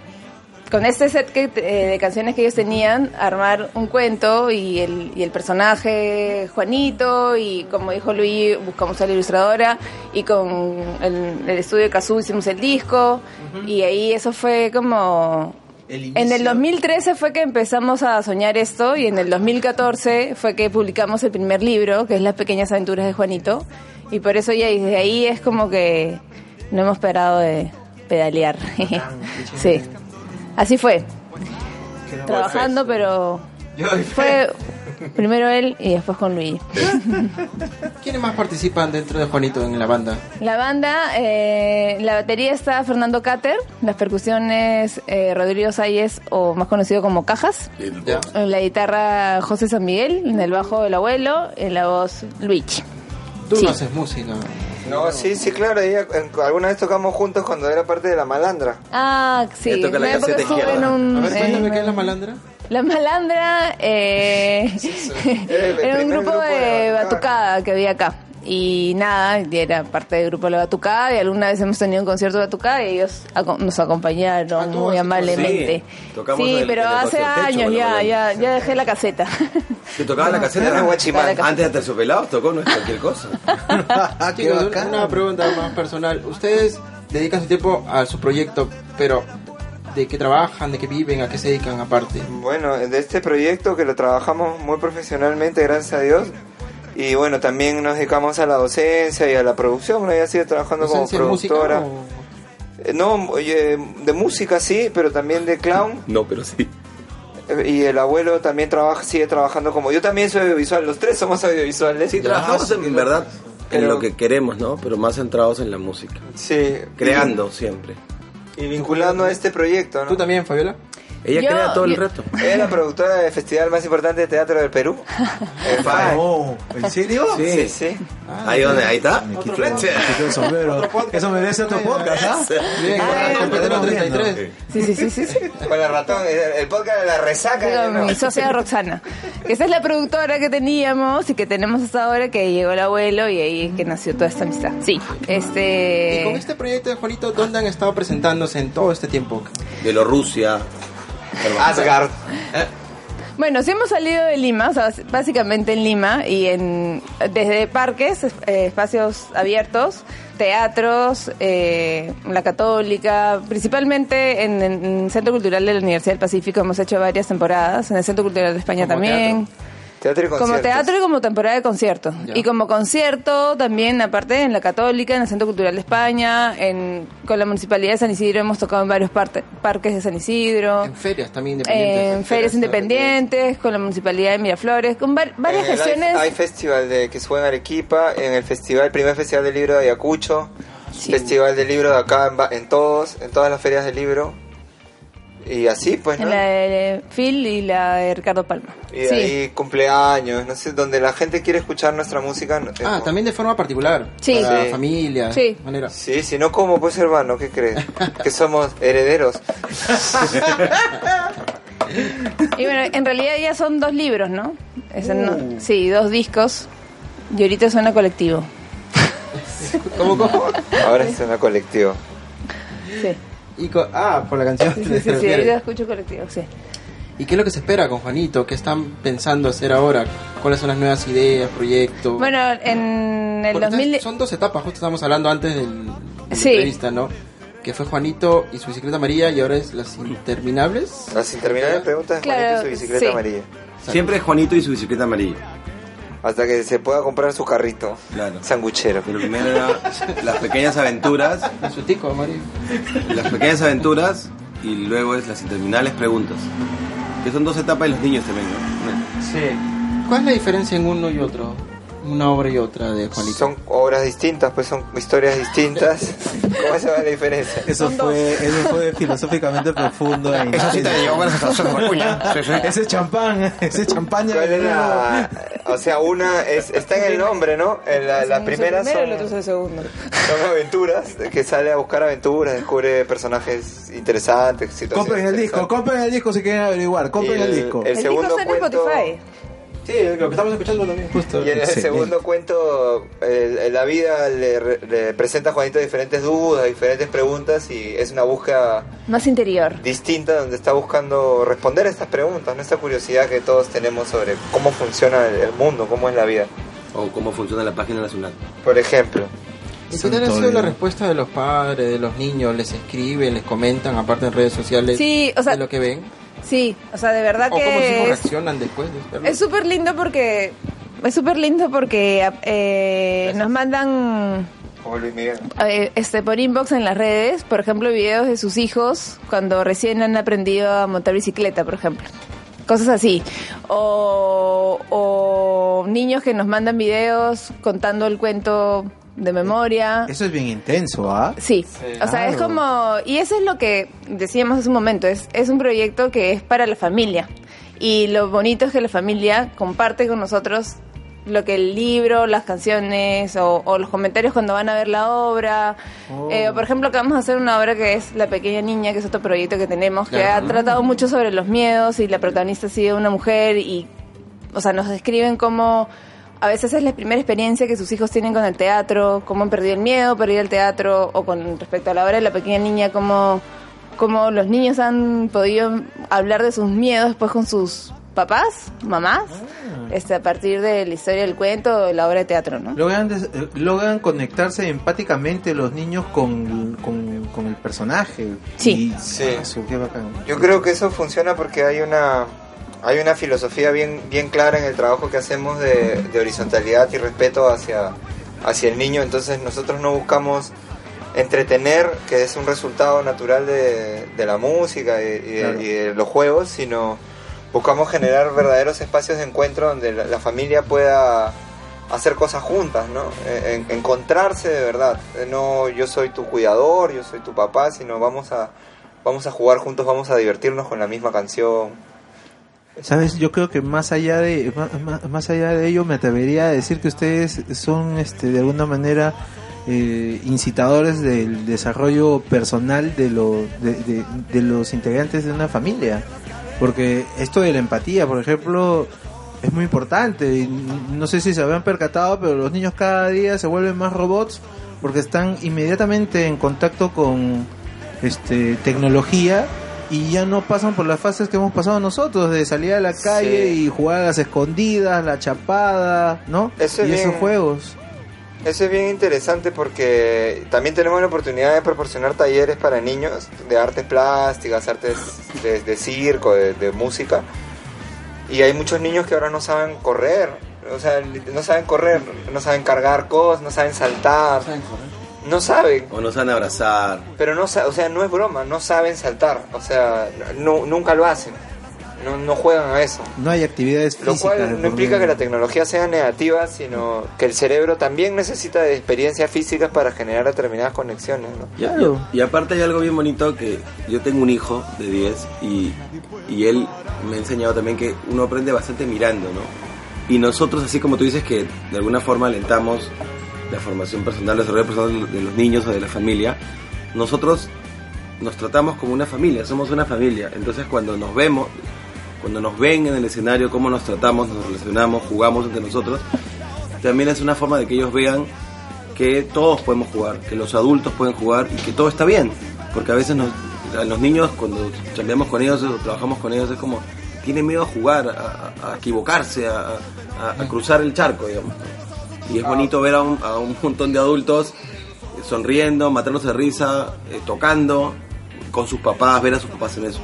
Speaker 5: con este set que, eh, de canciones que ellos tenían, armar un cuento y el, y el personaje Juanito, y como dijo Luis, buscamos a la ilustradora, y con el, el estudio de Kazoo hicimos el disco, y ahí eso fue como... en el 2013 fue que empezamos a soñar esto y en el 2014 fue que publicamos el primer libro, que es Las pequeñas aventuras de Juanito, y por eso ya desde ahí es como que no hemos parado de pedalear. sí. Así fue. Trabajando, pero fue primero él y después con Luis.
Speaker 1: ¿Quiénes más participan dentro de Juanito en la banda?
Speaker 5: La banda, eh, la batería está Fernando Cáter, las percusiones eh, Rodrigo Salles, o más conocido como Cajas,
Speaker 1: Ya.
Speaker 5: en la guitarra José San Miguel, en el bajo el abuelo, en la voz Luis.
Speaker 1: Tú
Speaker 5: Sí.
Speaker 1: no haces música.
Speaker 6: No, sí, sí, claro. ella- en- alguna vez tocamos juntos cuando era parte de la malandra.
Speaker 5: Ah, sí.
Speaker 7: Le toca la
Speaker 5: en una época
Speaker 7: caseta
Speaker 5: estuve
Speaker 7: izquierda.
Speaker 5: en un-
Speaker 1: A ver, cuéntame
Speaker 5: en-
Speaker 1: qué es la malandra.
Speaker 5: La malandra eh,
Speaker 6: el
Speaker 5: era
Speaker 6: primer
Speaker 5: un grupo,
Speaker 6: grupo de
Speaker 5: de
Speaker 6: batucada.
Speaker 5: batucada que había acá. Y nada, y era parte del grupo de la batucada y alguna vez hemos tenido un concierto de batucada y ellos aco- nos acompañaron
Speaker 7: Ah,
Speaker 5: muy amablemente.
Speaker 7: Sí,
Speaker 5: Sí,
Speaker 7: tocamos en el-
Speaker 5: pero
Speaker 7: en el
Speaker 5: hace
Speaker 7: concierto,
Speaker 5: años
Speaker 7: bueno,
Speaker 5: ya,
Speaker 7: bueno.
Speaker 5: ya, ya dejé la caseta.
Speaker 7: ¿Te tocaba la
Speaker 6: Era
Speaker 7: caseta?
Speaker 6: guachimán.
Speaker 7: Antes de Terciopelados tocó, no es cualquier cosa.
Speaker 3: Ah, qué
Speaker 1: Chicos, un-
Speaker 3: bacán.
Speaker 1: una pregunta más personal. Ustedes dedican su tiempo a su proyecto, pero ¿de qué trabajan? ¿De qué viven? ¿A qué se dedican aparte?
Speaker 6: Bueno, de este proyecto que lo trabajamos muy profesionalmente, gracias a Dios. Y bueno, también nos dedicamos a la docencia y a la producción. ¿no? Ella sigue trabajando como
Speaker 1: ¿Docencia de música
Speaker 6: productora.
Speaker 1: o-
Speaker 6: Eh, No, oye, de música sí, pero también de clown.
Speaker 7: No, pero sí.
Speaker 6: Eh, Y el abuelo también trabaja, sigue trabajando como yo también soy audiovisual, los tres somos audiovisuales.
Speaker 7: Sí, trabajamos en verdad en
Speaker 6: Ah, Pero-
Speaker 7: lo que queremos, ¿no? Pero más centrados en la música.
Speaker 6: Sí.
Speaker 7: Creando siempre.
Speaker 6: Y vinculando a este proyecto,
Speaker 1: ¿Tú
Speaker 6: ¿no?
Speaker 1: también, Fabiola?
Speaker 7: Ella
Speaker 5: Yo-
Speaker 7: crea todo el
Speaker 5: yo-
Speaker 7: rato.
Speaker 6: Ella Es la productora del festival más importante de teatro del Perú. El FAE.
Speaker 3: No, ¿en serio?
Speaker 6: Sí,
Speaker 1: oh,
Speaker 7: Sí.
Speaker 6: sí.
Speaker 7: Ahí donde, ahí está.
Speaker 3: Me quito, me
Speaker 7: Fletcher.
Speaker 3: quito el sombrero. Eso merece otro podcast, ¿ah?
Speaker 1: Bien,
Speaker 3: Ay,
Speaker 1: completero
Speaker 3: no,
Speaker 1: 33.
Speaker 5: Sí, sí, sí, sí. sí.
Speaker 6: Con el ratón, el, el podcast de la resaca.
Speaker 5: Con mi socia Roxana. Que esa es la productora que teníamos y que tenemos hasta ahora, que llegó el abuelo y ahí es que nació toda esta amistad. Sí, este...
Speaker 1: Y con este proyecto de Juanito, ¿dónde han estado presentándose en todo este tiempo?
Speaker 7: Bielorrusia.
Speaker 6: Asgard.
Speaker 5: Bueno, sí hemos salido de Lima, o sea, básicamente en Lima, y en desde parques, es- eh, espacios abiertos, teatros, eh, la Católica, principalmente en, en el Centro Cultural de la Universidad del Pacífico hemos hecho varias temporadas, en el Centro Cultural de España
Speaker 1: Como
Speaker 5: también.
Speaker 6: Teatro y
Speaker 5: Como
Speaker 6: conciertos.
Speaker 5: teatro y como temporada de concierto.
Speaker 1: Ya.
Speaker 5: Y como concierto también, aparte, en la Católica, en el Centro Cultural de España, en, con la Municipalidad de San Isidro hemos tocado en varios parte- parques de San Isidro.
Speaker 1: En ferias también independientes.
Speaker 5: En ferias independientes, con la Municipalidad de Miraflores, con var- varias
Speaker 6: En el
Speaker 5: gestiones.
Speaker 6: Eh, Hay festival de que fue en Arequipa, en el festival, primer festival del libro de Ayacucho,
Speaker 5: Sí.
Speaker 6: festival del libro de acá en, ba- en todos, en todas las ferias del libro. Y así pues, ¿no?
Speaker 5: En la de Phil y la de Ricardo Palma.
Speaker 6: Y
Speaker 5: sí.
Speaker 6: ahí cumpleaños, no sé, donde la gente quiere escuchar nuestra música. no- Eh,
Speaker 1: Ah,
Speaker 6: no.
Speaker 1: también de forma particular.
Speaker 5: Sí.
Speaker 1: Para
Speaker 6: Sí.
Speaker 1: familia.
Speaker 5: Sí.
Speaker 1: Manera.
Speaker 6: Sí, si no, ¿cómo pues hermano? ¿Qué crees? que somos herederos.
Speaker 5: Y bueno, en realidad ya son dos libros, ¿no? Es en- Sí, dos discos. Y ahorita suena colectivo.
Speaker 1: ¿Cómo, cómo?
Speaker 6: Ahora es una colectiva.
Speaker 5: Sí,
Speaker 1: Y co- ah, por la canción.
Speaker 5: sí,
Speaker 1: te
Speaker 5: sí, sí, sí,
Speaker 1: refieres.
Speaker 5: ahorita escucho colectivo, sí.
Speaker 1: ¿Y qué es lo que se espera con Juanito? ¿Qué están pensando hacer ahora? ¿Cuáles son las nuevas ideas, proyectos?
Speaker 5: Bueno, en el
Speaker 1: Porque
Speaker 5: 2000...
Speaker 1: estas son dos etapas, justo estábamos hablando antes del, de la
Speaker 5: Sí.
Speaker 1: entrevista, ¿no? Que fue Juanito y su bicicleta amarilla y ahora es las interminables.
Speaker 6: Las interminables preguntas de Juanito
Speaker 5: Claro,
Speaker 6: y su bicicleta
Speaker 5: sí.
Speaker 6: amarilla.
Speaker 7: Siempre es Juanito y su bicicleta amarilla.
Speaker 6: Hasta que se pueda comprar su carrito.
Speaker 7: Claro.
Speaker 6: Sanguchero.
Speaker 7: Pero primero era las pequeñas aventuras,
Speaker 1: Y su tico amarillo.
Speaker 7: las pequeñas aventuras y luego es las interminables preguntas. Que son dos etapas de los niños también, ¿no?
Speaker 1: Sí. ¿Cuál es la diferencia en uno y otro? Una obra y otra de Juanito.
Speaker 6: Son obras distintas, pues son historias distintas. ¿Cómo se va la diferencia?
Speaker 3: Eso fue, eso fue filosóficamente profundo. e intenso. Ese champán, ese champán ya
Speaker 6: ¿Cuál es la-
Speaker 3: vino.
Speaker 6: O sea, una es, está en el nombre, ¿no? En la, las
Speaker 5: Uno es el
Speaker 6: primeras
Speaker 5: primero y el otro es
Speaker 6: son,
Speaker 5: el segundo.
Speaker 6: son aventuras, que sale a buscar aventuras, descubre personajes interesantes. situaciones
Speaker 3: Compren el disco,
Speaker 6: interesantes.
Speaker 3: compren el disco si quieren averiguar, compren
Speaker 6: Y
Speaker 3: el disco.
Speaker 5: El, disco
Speaker 6: segundo
Speaker 5: está en
Speaker 6: cuento-
Speaker 5: Spotify.
Speaker 1: Sí, lo que estamos escuchando también. Justo.
Speaker 6: Y en el
Speaker 3: Excelente.
Speaker 6: segundo cuento, el- el- la vida le, re- le presenta a Juanito diferentes dudas, diferentes preguntas y es una búsqueda
Speaker 5: Más interior.
Speaker 6: distinta donde está buscando responder a estas preguntas, ¿no? esta curiosidad que todos tenemos sobre cómo funciona el, el mundo, cómo es la vida.
Speaker 7: O cómo funciona la página nacional.
Speaker 6: Por ejemplo,
Speaker 1: ¿Y qué tal ha sido la respuesta de los padres, de los niños? ¿Les escriben, les comentan, aparte en redes sociales,
Speaker 5: Sí, o sea-
Speaker 1: de lo que ven?
Speaker 5: Sí, o sea, de verdad
Speaker 1: ¿O cómo
Speaker 5: que
Speaker 1: se
Speaker 5: es-
Speaker 1: reaccionan después de verlo?
Speaker 5: Es súper lindo porque. Es súper lindo porque eh, nos mandan
Speaker 6: como Luis Miguel.
Speaker 5: eh, este por inbox en las redes, por ejemplo, videos de sus hijos cuando recién han aprendido a montar bicicleta, por ejemplo. Cosas así. O, o niños que nos mandan videos contando el cuento de memoria.
Speaker 3: Eso es bien intenso, ¿ah?
Speaker 5: Sí, o sea, es
Speaker 3: Claro.
Speaker 5: como, y eso es lo que decíamos hace un momento, es, es un proyecto que es para la familia. Y lo bonito es que la familia comparte con nosotros lo que el libro, las canciones o, o los comentarios cuando van a ver la obra. Eh, o por ejemplo, acabamos de hacer una obra que es La Pequeña Niña, que es otro proyecto que tenemos, que ha tratado mucho sobre los miedos y la protagonista ha sido una mujer y o sea, nos describen cómo a veces es la primera experiencia que sus hijos tienen con el teatro, cómo han perdido el miedo por ir al teatro, o con respecto a la hora de la pequeña niña, cómo, cómo los niños han podido hablar de sus miedos después con sus papás, mamás, este, a partir de la historia del cuento o de la obra de teatro, ¿no?
Speaker 3: Logran, des- eh, logran conectarse empáticamente los niños con, con, con el personaje.
Speaker 5: Sí.
Speaker 3: Y-
Speaker 6: Sí.
Speaker 3: Ah, su, qué bacán.
Speaker 6: Yo creo que eso funciona porque hay una hay una filosofía bien bien clara en el trabajo que hacemos de, de horizontalidad y respeto hacia hacia el niño. Entonces nosotros no buscamos entretener, que es un resultado natural de, de la música y, y de,
Speaker 3: Claro.
Speaker 6: y de los juegos, sino buscamos generar verdaderos espacios de encuentro donde la, la familia pueda hacer cosas juntas, ¿no? E, En- en- encontrarse de verdad. Eh, No, yo soy tu cuidador, yo soy tu papá, sino vamos a vamos a jugar juntos, vamos a divertirnos con la misma canción.
Speaker 3: Sabes, yo creo que más allá de ma- ma- más, allá de ello me atrevería a decir que ustedes son este de alguna manera eh, incitadores del desarrollo personal de, lo, de, de- de los integrantes de una familia. Porque esto de la empatía, por ejemplo, es muy importante. Y No sé si se habrán percatado, pero los niños cada día se vuelven más robots porque están inmediatamente en contacto con este tecnología y ya no pasan por las fases que hemos pasado nosotros de salir a la calle
Speaker 6: Sí.
Speaker 3: y jugar a las escondidas, la chapada, ¿no?
Speaker 6: Eso es
Speaker 3: y esos
Speaker 6: bien-
Speaker 3: juegos.
Speaker 6: Eso es bien interesante porque también tenemos la oportunidad de proporcionar talleres para niños de artes plásticas, artes de, de circo, de, de música. Y hay muchos niños que ahora no saben correr, o sea, no saben correr, no saben cargar cosas, no saben saltar, no saben.
Speaker 7: O nos van a abrazar.
Speaker 6: Pero no, sa- o sea, no es broma, no saben saltar, o sea, no- nunca lo hacen, no, no juegan a eso.
Speaker 3: No hay actividades
Speaker 6: Lo
Speaker 3: físicas. de
Speaker 6: cual
Speaker 3: por
Speaker 6: no implica que
Speaker 3: medio.
Speaker 6: la tecnología sea negativa, sino que el cerebro también necesita de experiencias físicas para generar determinadas conexiones. ¿no?
Speaker 7: Y,
Speaker 3: Claro.
Speaker 7: y- y aparte hay algo bien bonito que yo tengo un hijo de 10 y, y él me ha enseñado también que uno aprende bastante mirando, ¿no? Y nosotros, así como tú dices, que de alguna forma alentamos la formación personal, el desarrollo personal de los niños o de la familia, nosotros nos tratamos como una familia, somos una familia. Entonces cuando nos vemos, cuando nos ven en el escenario, cómo nos tratamos, nos relacionamos, jugamos entre nosotros, también es una forma de que ellos vean que todos podemos jugar, que los adultos pueden jugar y que todo está bien. Porque a veces nos, a los niños, cuando chambeamos con ellos o trabajamos con ellos, es como, tienen miedo a jugar, a, a- a equivocarse, a, a- a cruzar el charco, digamos. Y es bonito ver a un, a un montón de adultos sonriendo, matándose de risa, eh, tocando con sus papás, ver a sus papás en eso.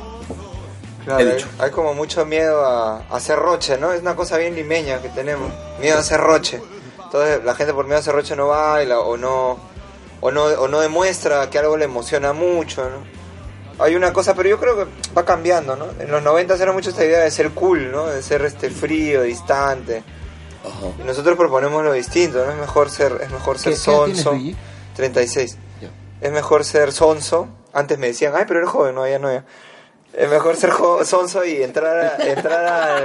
Speaker 6: Claro,
Speaker 7: He
Speaker 6: hay-
Speaker 7: dicho.
Speaker 6: Hay como mucho miedo a, a hacer roche, ¿no? Es una cosa bien limeña que tenemos, miedo a hacer roche. Entonces la gente por miedo a hacer roche no baila o no, o no, o no demuestra que algo le emociona mucho, ¿no? Hay una cosa, pero yo creo que va cambiando, ¿no? En los 90 era mucho esta idea de ser cool, ¿no? De ser este frío, distante. Y nosotros proponemos lo distinto, ¿no? Es mejor ser, es mejor ser
Speaker 1: ¿Qué- qué edad tienes,
Speaker 6: sonso.
Speaker 1: Luigi?
Speaker 6: 36. Es mejor ser sonso. Antes me decían, ay, pero eres joven, no, ya no, ya. Es mejor ser jo- sonso y entrar, a- entrar al.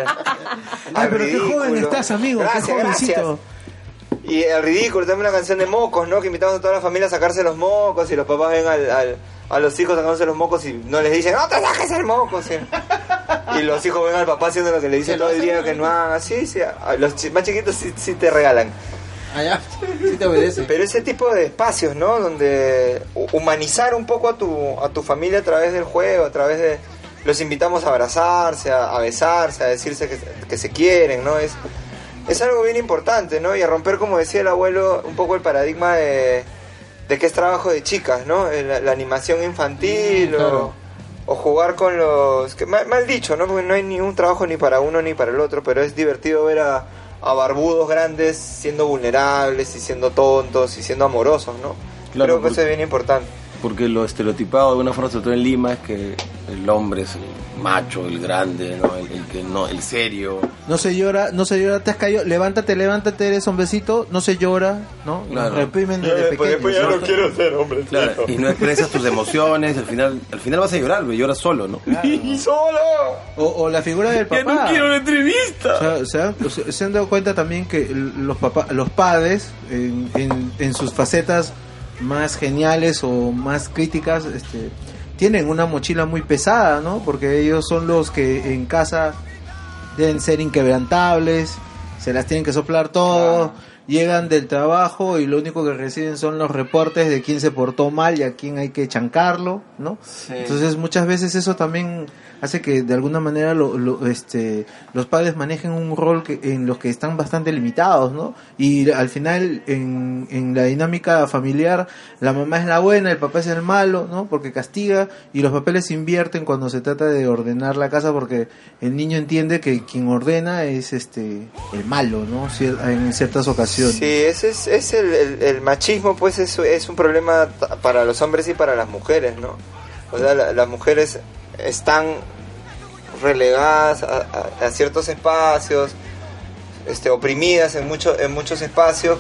Speaker 3: Ay,
Speaker 6: al
Speaker 3: pero qué joven
Speaker 6: ridículo.
Speaker 3: estás, amigo,
Speaker 6: Gracias,
Speaker 3: qué jovencito.
Speaker 6: gracias. Y el ridículo, también una canción de mocos, ¿no? Que invitamos a toda la familia a sacarse los mocos y los papás ven al, al- a los hijos sacándose los mocos y no les dicen, no te saques el moco. sí. Y los hijos ven al papá haciendo lo que le dice todo el día que no hagan así. sí, a- los chi- más chiquitos sí, sí te regalan.
Speaker 3: Ah,
Speaker 1: Allá, sí te obedece.
Speaker 6: Pero ese tipo de espacios, ¿no? Donde hu- humanizar un poco a tu, a tu familia a través del juego, a través de... Los invitamos a abrazarse, a, a besarse, a decirse que, que se quieren, ¿no? Es, es algo bien importante, ¿no? Y a romper, como decía el abuelo, un poco el paradigma de, de que es trabajo de chicas, ¿no? Eh, La, la animación infantil o-
Speaker 1: Claro.
Speaker 6: o, jugar con los... Que, mal, mal dicho, ¿no? Porque no hay ningún trabajo ni para uno ni para el otro, pero es divertido ver a, a barbudos grandes siendo vulnerables y siendo tontos y siendo amorosos, ¿no?
Speaker 7: Claro,
Speaker 6: Creo que eso
Speaker 7: porque-
Speaker 6: es bien importante.
Speaker 7: Porque lo estereotipado de alguna forma, sobre todo en Lima, es que el hombre es el macho, el grande, ¿no? El, el que no, el serio.
Speaker 3: No se llora, no se llora, te has caído, levántate, levántate, eres un besito, no se llora, ¿no?
Speaker 7: Claro.
Speaker 3: Reprimen desde pequeños, ¿no?
Speaker 6: quiero ser hombre.
Speaker 7: Claro, y no expresas tus emociones, al final, al final vas a llorar, güey, lloras solo, ¿no?
Speaker 6: ¡Solo!
Speaker 3: O, o la figura del papá.
Speaker 7: una entrevista.
Speaker 3: O sea, se han, se- se han dado cuenta también que el- los papá, los padres en, en- en sus facetas más geniales o más críticas este, tienen una mochila muy pesada, ¿no? Porque ellos son los que en casa deben ser inquebrantables, se las tienen que soplar todo, llegan del trabajo y lo único que reciben son los reportes de quién se portó mal y a quién hay que chancarlo, ¿no? Entonces muchas veces eso también hace que de alguna manera lo- lo, este, los padres manejen un rol que, en los que están bastante limitados, ¿no? Y al final en, en la dinámica familiar la mamá es la buena, el papá es el malo, ¿no? Porque castiga y los papeles se invierten cuando se trata de ordenar la casa porque el niño entiende que quien ordena es este el malo, ¿no? Cier- en ciertas ocasiones.
Speaker 6: Sí, ese es, es el, el- el machismo, pues es, es un problema t- para los hombres y para las mujeres, ¿no? O sea, la- las mujeres están relegadas a, a- a ciertos espacios, este, oprimidas en, mucho, en muchos espacios,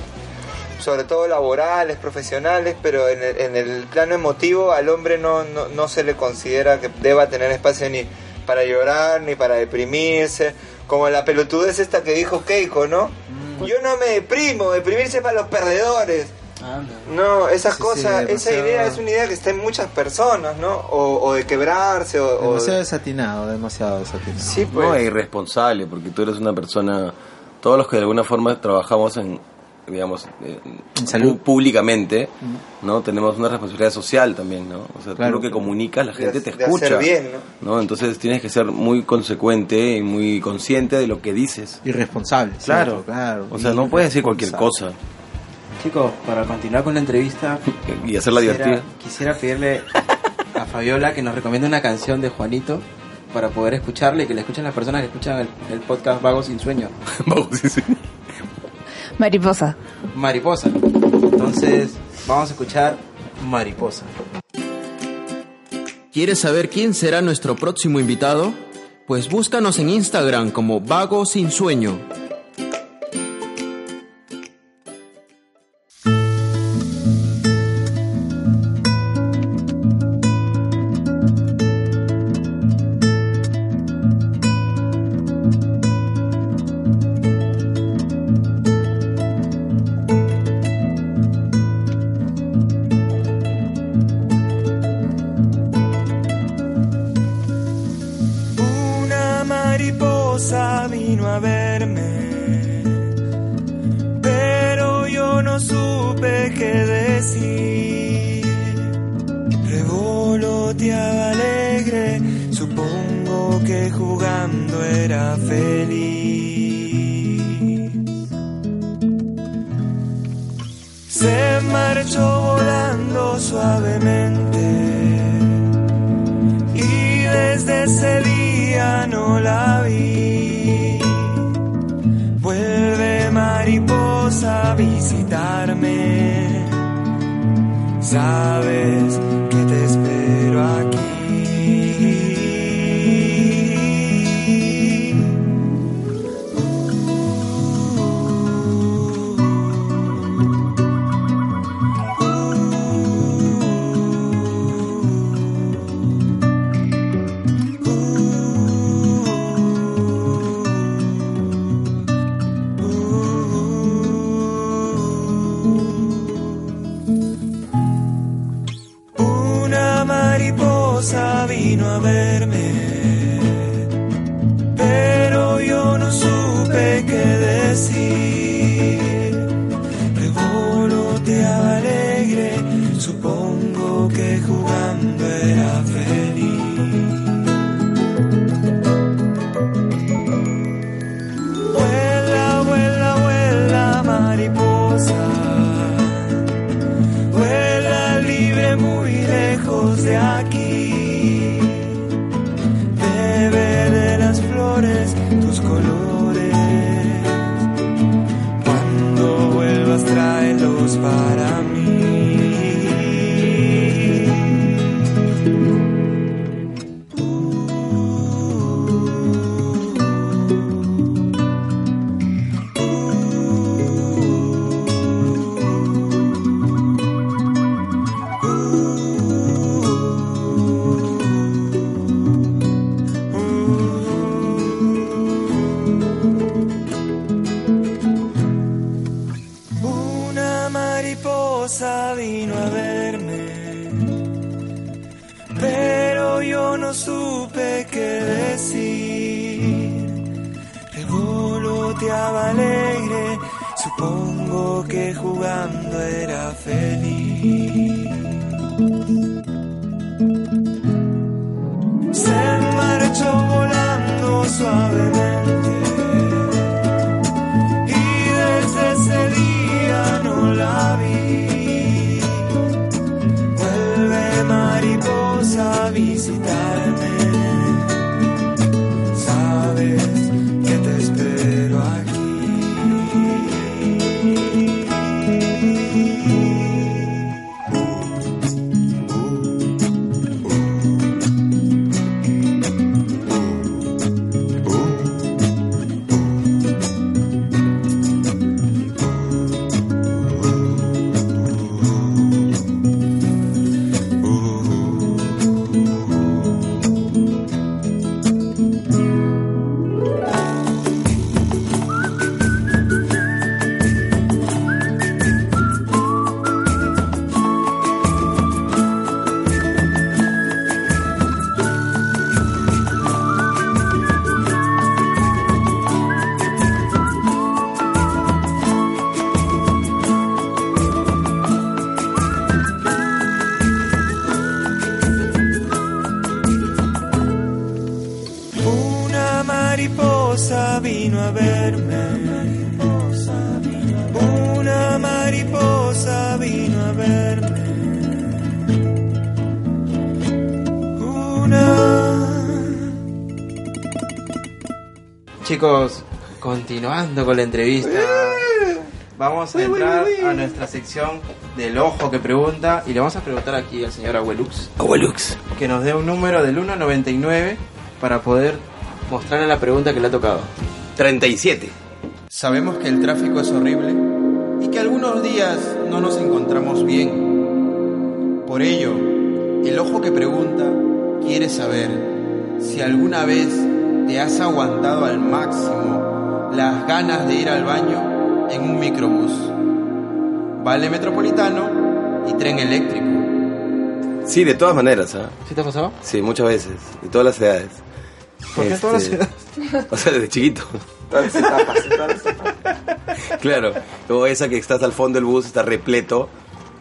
Speaker 6: sobre todo laborales, profesionales, pero en el, en el plano emotivo al hombre no, no, no se le considera que deba tener espacio ni para llorar, ni para deprimirse, como la pelotudez esta que dijo Keiko, ¿no?
Speaker 3: Mm.
Speaker 6: Yo no me deprimo, deprimirse es para los perdedores. No, esas
Speaker 3: Sí, sí,
Speaker 6: cosas, esa
Speaker 3: demasiado.
Speaker 6: idea es una idea que está en muchas personas, ¿no? O, o de quebrarse, o... o-
Speaker 3: Demasiado desatinado, demasiado desatinado.
Speaker 6: Sí, pues.
Speaker 7: No, es irresponsable, porque tú eres una persona. Todos los que de alguna forma trabajamos en, digamos, eh,
Speaker 3: salud.
Speaker 7: pu- públicamente, ¿no? Tenemos una responsabilidad social también, ¿no? O sea, tú
Speaker 3: Claro.
Speaker 7: lo que comunicas, la
Speaker 6: De
Speaker 7: gente
Speaker 6: ha-
Speaker 7: te
Speaker 6: de hacer
Speaker 7: escucha.
Speaker 6: bien,
Speaker 7: ¿no? Entonces tienes que ser muy consecuente y muy consciente de lo que dices.
Speaker 3: Irresponsable.
Speaker 2: Claro.
Speaker 3: cierto, claro.
Speaker 7: O sea, no puedes decir cualquier cosa
Speaker 2: Chicos, para continuar con la entrevista,
Speaker 7: y
Speaker 2: quisiera,
Speaker 7: hacerla divertida.
Speaker 2: quisiera pedirle a Fabiola que nos recomiende una canción de Juanito para poder escucharla y que la escuchen las personas que escuchan el, el podcast Vago Sin Sueño,
Speaker 7: Vamos, sí, sí.
Speaker 5: Mariposa.
Speaker 2: Mariposa. Entonces, vamos a escuchar Mariposa.
Speaker 8: ¿Quieres saber quién será nuestro próximo invitado? Pues búscanos en Instagram como Vago Sin Sueño.
Speaker 9: Una mariposa vino a verme, pero yo no supe qué decir. Revoloteaba alegre, supongo que jugando era feliz. Se marchó volando suavemente y desde ese día no la vi. Vuelve mariposa a visitarme. Sabes que te espero aquí. Una mariposa vino a verme,
Speaker 6: Supongo que jugando era feliz. Vuela, vuela, vuela, mariposa. Vuela libre muy lejos de aquí. Bebe de las flores tus colores. Cuando vuelvas tráelos para mí. Una mariposa vino a verme, pero yo no supe qué decir. Revoloteaba alegre, supongo que jugando era feliz. Se marchó volando suavemente y desde ese día no la vi. Vuelve mariposa a visitarme. Sabes que te espero aquí. Una mariposa vino a verme. Una mariposa vino a verme. Una.
Speaker 2: Chicos, continuando con la entrevista, vamos a entrar a nuestra sección del ojo que pregunta y le vamos a preguntar aquí al señor Abuelux
Speaker 7: Abuelux.
Speaker 2: que nos dé un número del 1 al 99 para poder mostrarle la pregunta que le ha tocado.
Speaker 7: 37.
Speaker 10: Sabemos que el tráfico es horrible y que algunos días no nos encontramos bien. Por ello, el ojo que pregunta quiere saber si alguna vez te has aguantado al máximo las ganas de ir al baño en un microbús, vale metropolitano y tren eléctrico.
Speaker 7: Sí, de todas maneras, ¿ah?
Speaker 2: ¿Sí te ha pasado?
Speaker 7: Sí, muchas veces. De todas las edades.
Speaker 2: ¿Por qué todas las
Speaker 7: edades? O sea, desde chiquito.
Speaker 1: Todas las etapas, todas las etapas.
Speaker 7: Claro, o esa que estás al fondo del bus, está repleto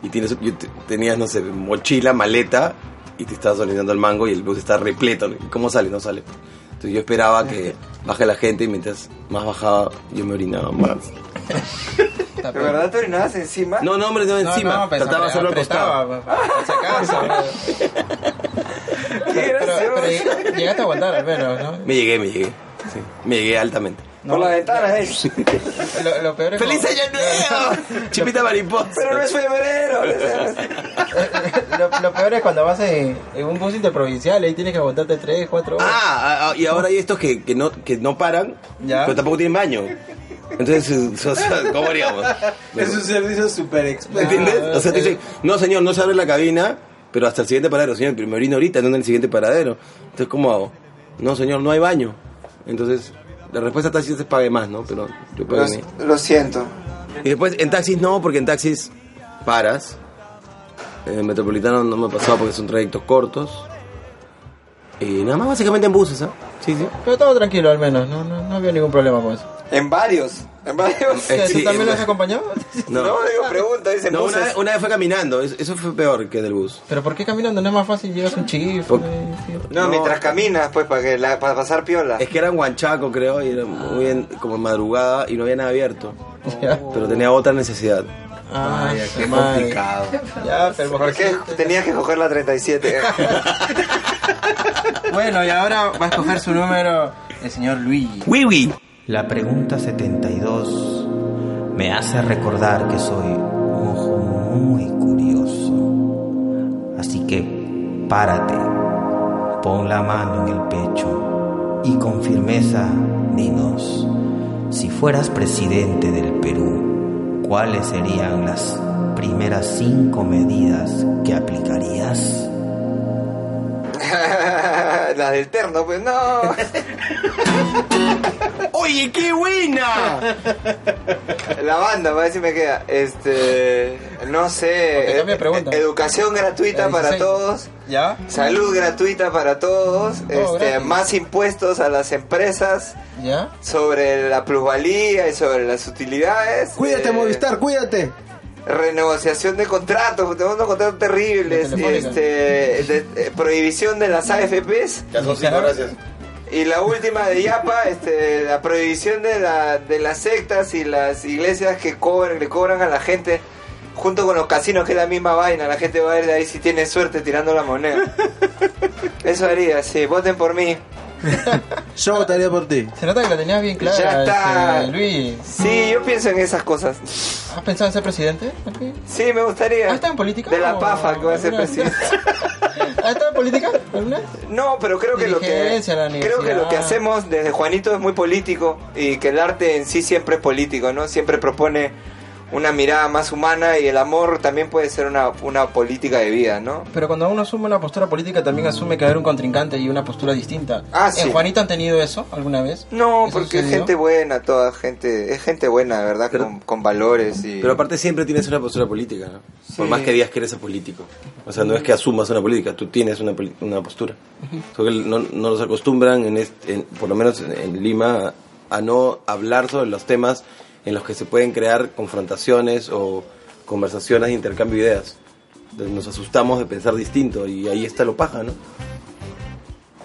Speaker 7: y tienes, yo te- tenías, no sé, mochila, maleta y te estabas orinando al mango y el bus está repleto. ¿Y cómo sale? No sale. Entonces yo esperaba que baje la gente y mientras más bajaba yo me orinaba más.
Speaker 1: ¿De verdad te orinabas encima?
Speaker 7: No, no, hombre, no, encima. Trataba de hacerlo al costado.
Speaker 1: Qué gracioso.
Speaker 7: eh,
Speaker 2: llegaste a aguantar al menos, ¿no?
Speaker 7: Me llegué, me llegué. Sí, me llegué altamente.
Speaker 1: Por la ventana, eh.
Speaker 2: Lo, lo peor es como-
Speaker 7: ¡Feliz año nuevo! Chipita mariposa.
Speaker 1: Pero no es febrero.
Speaker 2: lo, lo peor es cuando vas en, en un bus interprovincial, ahí tienes que aguantarte 3, 4 horas.
Speaker 7: Ah, ah, ah, y ahora hay estos que, que no, que no paran,
Speaker 2: Ya.
Speaker 7: pero tampoco tienen baño. Entonces, o sea, ¿cómo haríamos?
Speaker 11: servicio súper
Speaker 7: ¿Me
Speaker 2: Ah,
Speaker 7: ¿Entiendes? O sea, te dicen, no señor, no se abre la cabina, pero hasta el siguiente paradero. Señor, pero me orino ahorita, no en el siguiente paradero. Entonces, ¿cómo hago? No señor, no hay baño. Entonces, la respuesta taxi es pague más, ¿no? Pero yo pagué. menos.
Speaker 1: Lo, lo siento.
Speaker 7: Y después, en taxis no, porque en taxis paras. En el metropolitano no me ha pasado porque son trayectos cortos. Y nada más, básicamente en buses, ¿ah? Sí, sí.
Speaker 3: Pero todo tranquilo al menos, no, no, no había ningún problema con eso.
Speaker 6: En varios, en varios.
Speaker 7: Eh, sí,
Speaker 3: ¿Tú también
Speaker 7: en-
Speaker 3: los has acompañado?
Speaker 6: No, digo, pregunta, dice,
Speaker 7: No, una,
Speaker 6: buses.
Speaker 7: vez- una vez fue caminando, es- eso fue peor que del bus.
Speaker 3: Pero ¿por qué caminando? No es más fácil, llegas un chif.
Speaker 7: Por-
Speaker 6: No,
Speaker 7: no.
Speaker 6: mientras caminas, pues, para, que la- para pasar piola.
Speaker 7: Es que era en Huanchaco, creo, y era muy en, como en madrugada y no había nada abierto. Pero tenía otra necesidad.
Speaker 3: Ah,
Speaker 1: Qué complicado.
Speaker 3: Ya, pero
Speaker 6: ¿Por qué tenías que coger la 37?
Speaker 2: Bueno, y ahora va a escoger su número el señor Luigi.
Speaker 9: La pregunta 72 me hace recordar que soy un ojo muy curioso. Así que párate, pon la mano en el pecho y con firmeza dinos, si fueras presidente del Perú, ¿cuáles serían las primeras cinco medidas que aplicarías?
Speaker 6: la del terno, pues, no.
Speaker 7: ¡Oye, qué buena!
Speaker 6: La banda, para ver si me queda. Este. No sé.
Speaker 3: Ok, cambia
Speaker 6: eh,
Speaker 3: pregunta.
Speaker 6: eh, educación gratuita
Speaker 3: La
Speaker 6: para
Speaker 3: 16.
Speaker 6: todos.
Speaker 3: ¿Ya? Oh,
Speaker 6: Salud gratuita para todos. este,
Speaker 3: gratis.
Speaker 6: más impuestos a las empresas.
Speaker 3: ¿Ya?
Speaker 6: Sobre la plusvalía y sobre las utilidades.
Speaker 3: Cuídate,
Speaker 6: Eh,
Speaker 3: Movistar, cuídate.
Speaker 6: Renegociación de contratos, tenemos unos contratos terribles.
Speaker 3: De Telefónica.
Speaker 6: Este, de- eh, prohibición de las AFPs.
Speaker 7: Ya son cinco, gracias.
Speaker 6: Y la última de Yapa, este, la prohibición de, la, de las sectas y las iglesias que cobran, le cobran a la gente, junto con los casinos, que es la misma vaina. La gente va a ir de ahí si tiene suerte tirando la moneda. Eso haría, sí, voten por mí.
Speaker 3: Yo votaría por ti. Se nota que la tenías bien clara.
Speaker 6: Ya está.
Speaker 3: este, Luis,
Speaker 6: Sí, yo pienso en esas cosas.
Speaker 3: ¿has pensado en ser presidente? Luis?
Speaker 6: Sí, me gustaría.
Speaker 3: ¿Has estado en política?
Speaker 6: De la
Speaker 3: o-
Speaker 6: pafa que va a ser
Speaker 3: alguna-
Speaker 6: presidente.
Speaker 3: ¿Has estado en política? ¿Alguna?
Speaker 6: No, pero creo que lo que
Speaker 3: Dirigencia, la
Speaker 6: creo que lo que
Speaker 3: universidad.
Speaker 6: hacemos desde Juanito es muy político y que el arte en sí siempre es político, ¿no? Siempre propone una mirada más humana y el amor también puede ser una, una política de vida, ¿no?
Speaker 2: Pero cuando uno asume una postura política, también asume que va a haber un contrincante y una postura distinta.
Speaker 6: Ah, sí.
Speaker 2: ¿En Juanito han tenido eso alguna vez?
Speaker 6: No,
Speaker 2: ¿Eso
Speaker 6: porque es
Speaker 2: sucedió?
Speaker 6: gente buena, toda gente, es gente buena, de verdad,
Speaker 7: Pero-
Speaker 6: con, con valores y
Speaker 7: Pero aparte siempre tienes una postura política, ¿no? Por más que digas que eres apolítico. O sea, no es que asumas una política, tú tienes una, poli- una postura. Solo que no, no nos acostumbran, en est- en- por lo menos en, en Lima, a, a no hablar sobre los temas en los que se pueden crear confrontaciones o conversaciones de intercambio de ideas. Entonces, nos asustamos de pensar distinto y ahí está lo paja, ¿no?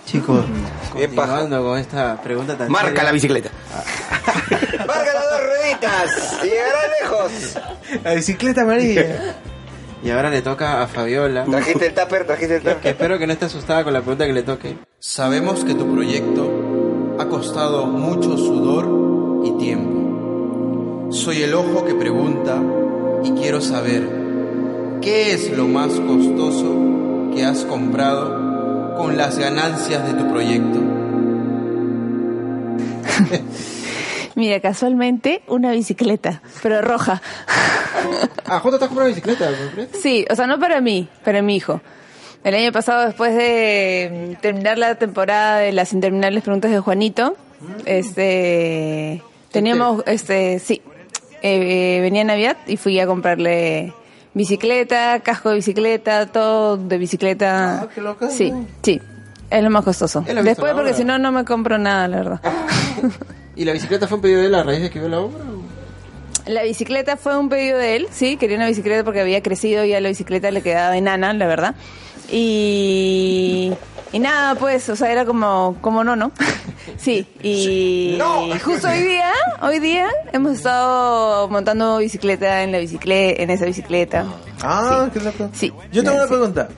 Speaker 2: Chicos,
Speaker 6: bien paja.
Speaker 2: continuando con esta pregunta tan
Speaker 7: Marca la
Speaker 2: seria,
Speaker 7: bicicleta.
Speaker 6: Marca las dos rueditas y llegará lejos.
Speaker 3: La bicicleta amarilla.
Speaker 2: Y ahora le toca a Fabiola.
Speaker 6: Trajiste el tupper, trajiste el
Speaker 2: Que
Speaker 6: tupper.
Speaker 2: espero que no esté asustada con la pregunta que le toque.
Speaker 1: Sabemos que tu proyecto ha costado mucho sudor y tiempo. Soy el ojo que pregunta y quiero saber qué es lo más costoso que has comprado con las ganancias de tu proyecto.
Speaker 5: Mira, casualmente una bicicleta, pero roja.
Speaker 3: Ah, Jota, estás comprando bicicleta. ¿no?
Speaker 5: Sí, o sea, no para mí, para mi hijo. El año pasado, después de mm, terminar la temporada de las interminables preguntas de Juanito, este, teníamos, este, sí, eh, eh, venía Navidad y fui a comprarle bicicleta, casco de bicicleta, todo de bicicleta.
Speaker 3: Ah, qué loca.
Speaker 5: Sí, sí, es lo más costoso.
Speaker 3: Es la bicicleta
Speaker 5: Después, porque
Speaker 3: ahora.
Speaker 5: si no, no me compro nada, la verdad.
Speaker 3: ¿Y la bicicleta fue un pedido de él a raíz de que vio la obra?
Speaker 5: La bicicleta fue un pedido de él, sí, quería una bicicleta porque había crecido y a la bicicleta le quedaba enana, la verdad. Y, y nada, pues, o sea, era como, como no, ¿no? Sí, y justo hoy día, hoy día hemos estado montando bicicleta en la bicicleta, en esa bicicleta.
Speaker 3: Ah, qué loco.
Speaker 5: Sí.
Speaker 3: Yo tengo
Speaker 5: Sí.
Speaker 3: una pregunta.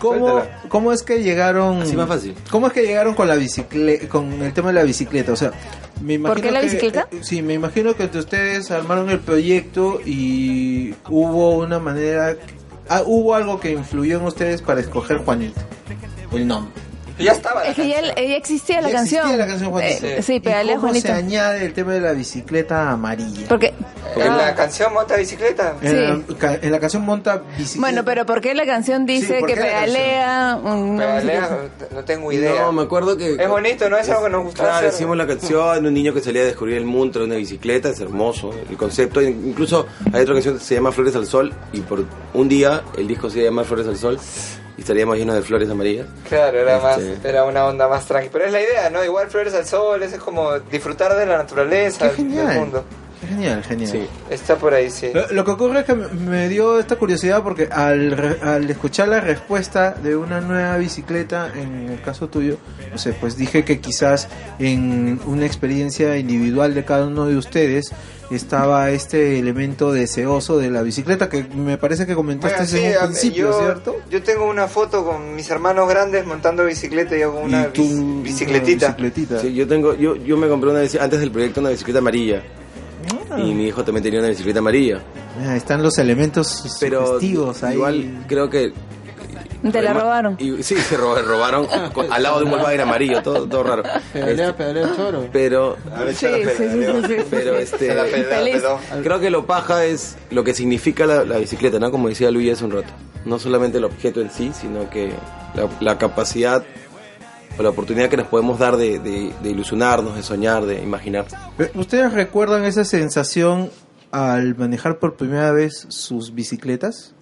Speaker 3: ¿Cómo,
Speaker 7: Suéltala.
Speaker 3: ¿Cómo es que llegaron?
Speaker 7: Así más fácil.
Speaker 3: ¿Cómo es que llegaron con la bicicleta, con el tema de la bicicleta? O sea, me imagino
Speaker 5: qué la
Speaker 3: que-
Speaker 5: bicicleta?
Speaker 3: eh, sí, me imagino que ustedes armaron el proyecto y hubo una manera, ah, hubo algo que influyó en ustedes para escoger Juanito, el nombre.
Speaker 6: Ya estaba.
Speaker 5: Es que ya, ya existía la
Speaker 3: Ya
Speaker 5: canción.
Speaker 3: existía la canción Juanito.
Speaker 5: Eh, sí,
Speaker 3: ¿Y
Speaker 5: pedalea
Speaker 3: cómo
Speaker 5: Juanito.
Speaker 3: se añade el tema de la bicicleta amarilla?
Speaker 5: Porque ah,
Speaker 6: En la canción monta bicicleta.
Speaker 3: en, la, ca- en la canción monta bicicleta.
Speaker 5: bueno, pero ¿por qué la canción dice
Speaker 3: ¿por
Speaker 5: que
Speaker 3: qué la canción?
Speaker 5: pedalea? un- una bicicleta?
Speaker 6: Pedalea, no tengo idea.
Speaker 7: No, me acuerdo que...
Speaker 6: Es bonito, ¿no? Es algo que nos gustaba
Speaker 7: Claro,
Speaker 6: hacer.
Speaker 7: hicimos la canción, un niño que salía a descubrir el mundo en una bicicleta, es hermoso el concepto. Incluso hay otra canción que se llama Flores al Sol y por un día el disco se llama Flores al Sol y estaríamos llenos de flores amarillas.
Speaker 6: Claro, era más,
Speaker 7: Este.
Speaker 6: era una onda más tranquila. Pero es la idea, ¿no? Igual flores al sol, eso es como disfrutar de la naturaleza,
Speaker 3: Qué
Speaker 6: del
Speaker 3: genial.
Speaker 6: mundo.
Speaker 3: Qué Genial, genial.
Speaker 7: Sí.
Speaker 6: Está por ahí, sí.
Speaker 3: Lo, lo que ocurre es que me dio esta curiosidad porque al, re- al escuchar la respuesta de una nueva bicicleta, en el caso tuyo, no sé, pues dije que quizás en una experiencia individual de cada uno de ustedes estaba este elemento deseoso de la bicicleta que me parece que comentaste
Speaker 6: Bueno, eh, sí,
Speaker 3: en un
Speaker 6: a-
Speaker 3: principio,
Speaker 6: yo,
Speaker 3: ¿cierto?
Speaker 6: yo tengo una foto con mis hermanos grandes montando bicicleta y yo con una
Speaker 3: Y tú,
Speaker 6: bici- bicicletita.
Speaker 3: una bicicletita.
Speaker 7: Sí, yo tengo, yo, yo me compré una bici- antes del proyecto una bicicleta amarilla.
Speaker 6: Ah.
Speaker 7: Y mi hijo también tenía una bicicleta amarilla.
Speaker 3: Mira, Ah, están los elementos
Speaker 7: Pero
Speaker 3: sugestivos ahí.
Speaker 7: igual creo que
Speaker 5: Te la
Speaker 7: Además-
Speaker 5: robaron.
Speaker 7: Y, sí, se ro- robaron con- al lado de un Volkswagen amarillo, todo, todo raro. Este,
Speaker 2: choro.
Speaker 7: pero,
Speaker 5: Sí, sí, sí, sí, sí, sí.
Speaker 7: pero este,
Speaker 6: La peda,
Speaker 5: Feliz.
Speaker 6: perdón.
Speaker 7: creo que lo paja es lo que significa la, la bicicleta, ¿no? Como decía Luis hace un rato. No solamente el objeto en sí, sino que la, la capacidad o la oportunidad que nos podemos dar de, de- de ilusionarnos, de soñar, de imaginar.
Speaker 3: Eh, ¿Ustedes recuerdan esa sensación al manejar por primera vez sus bicicletas?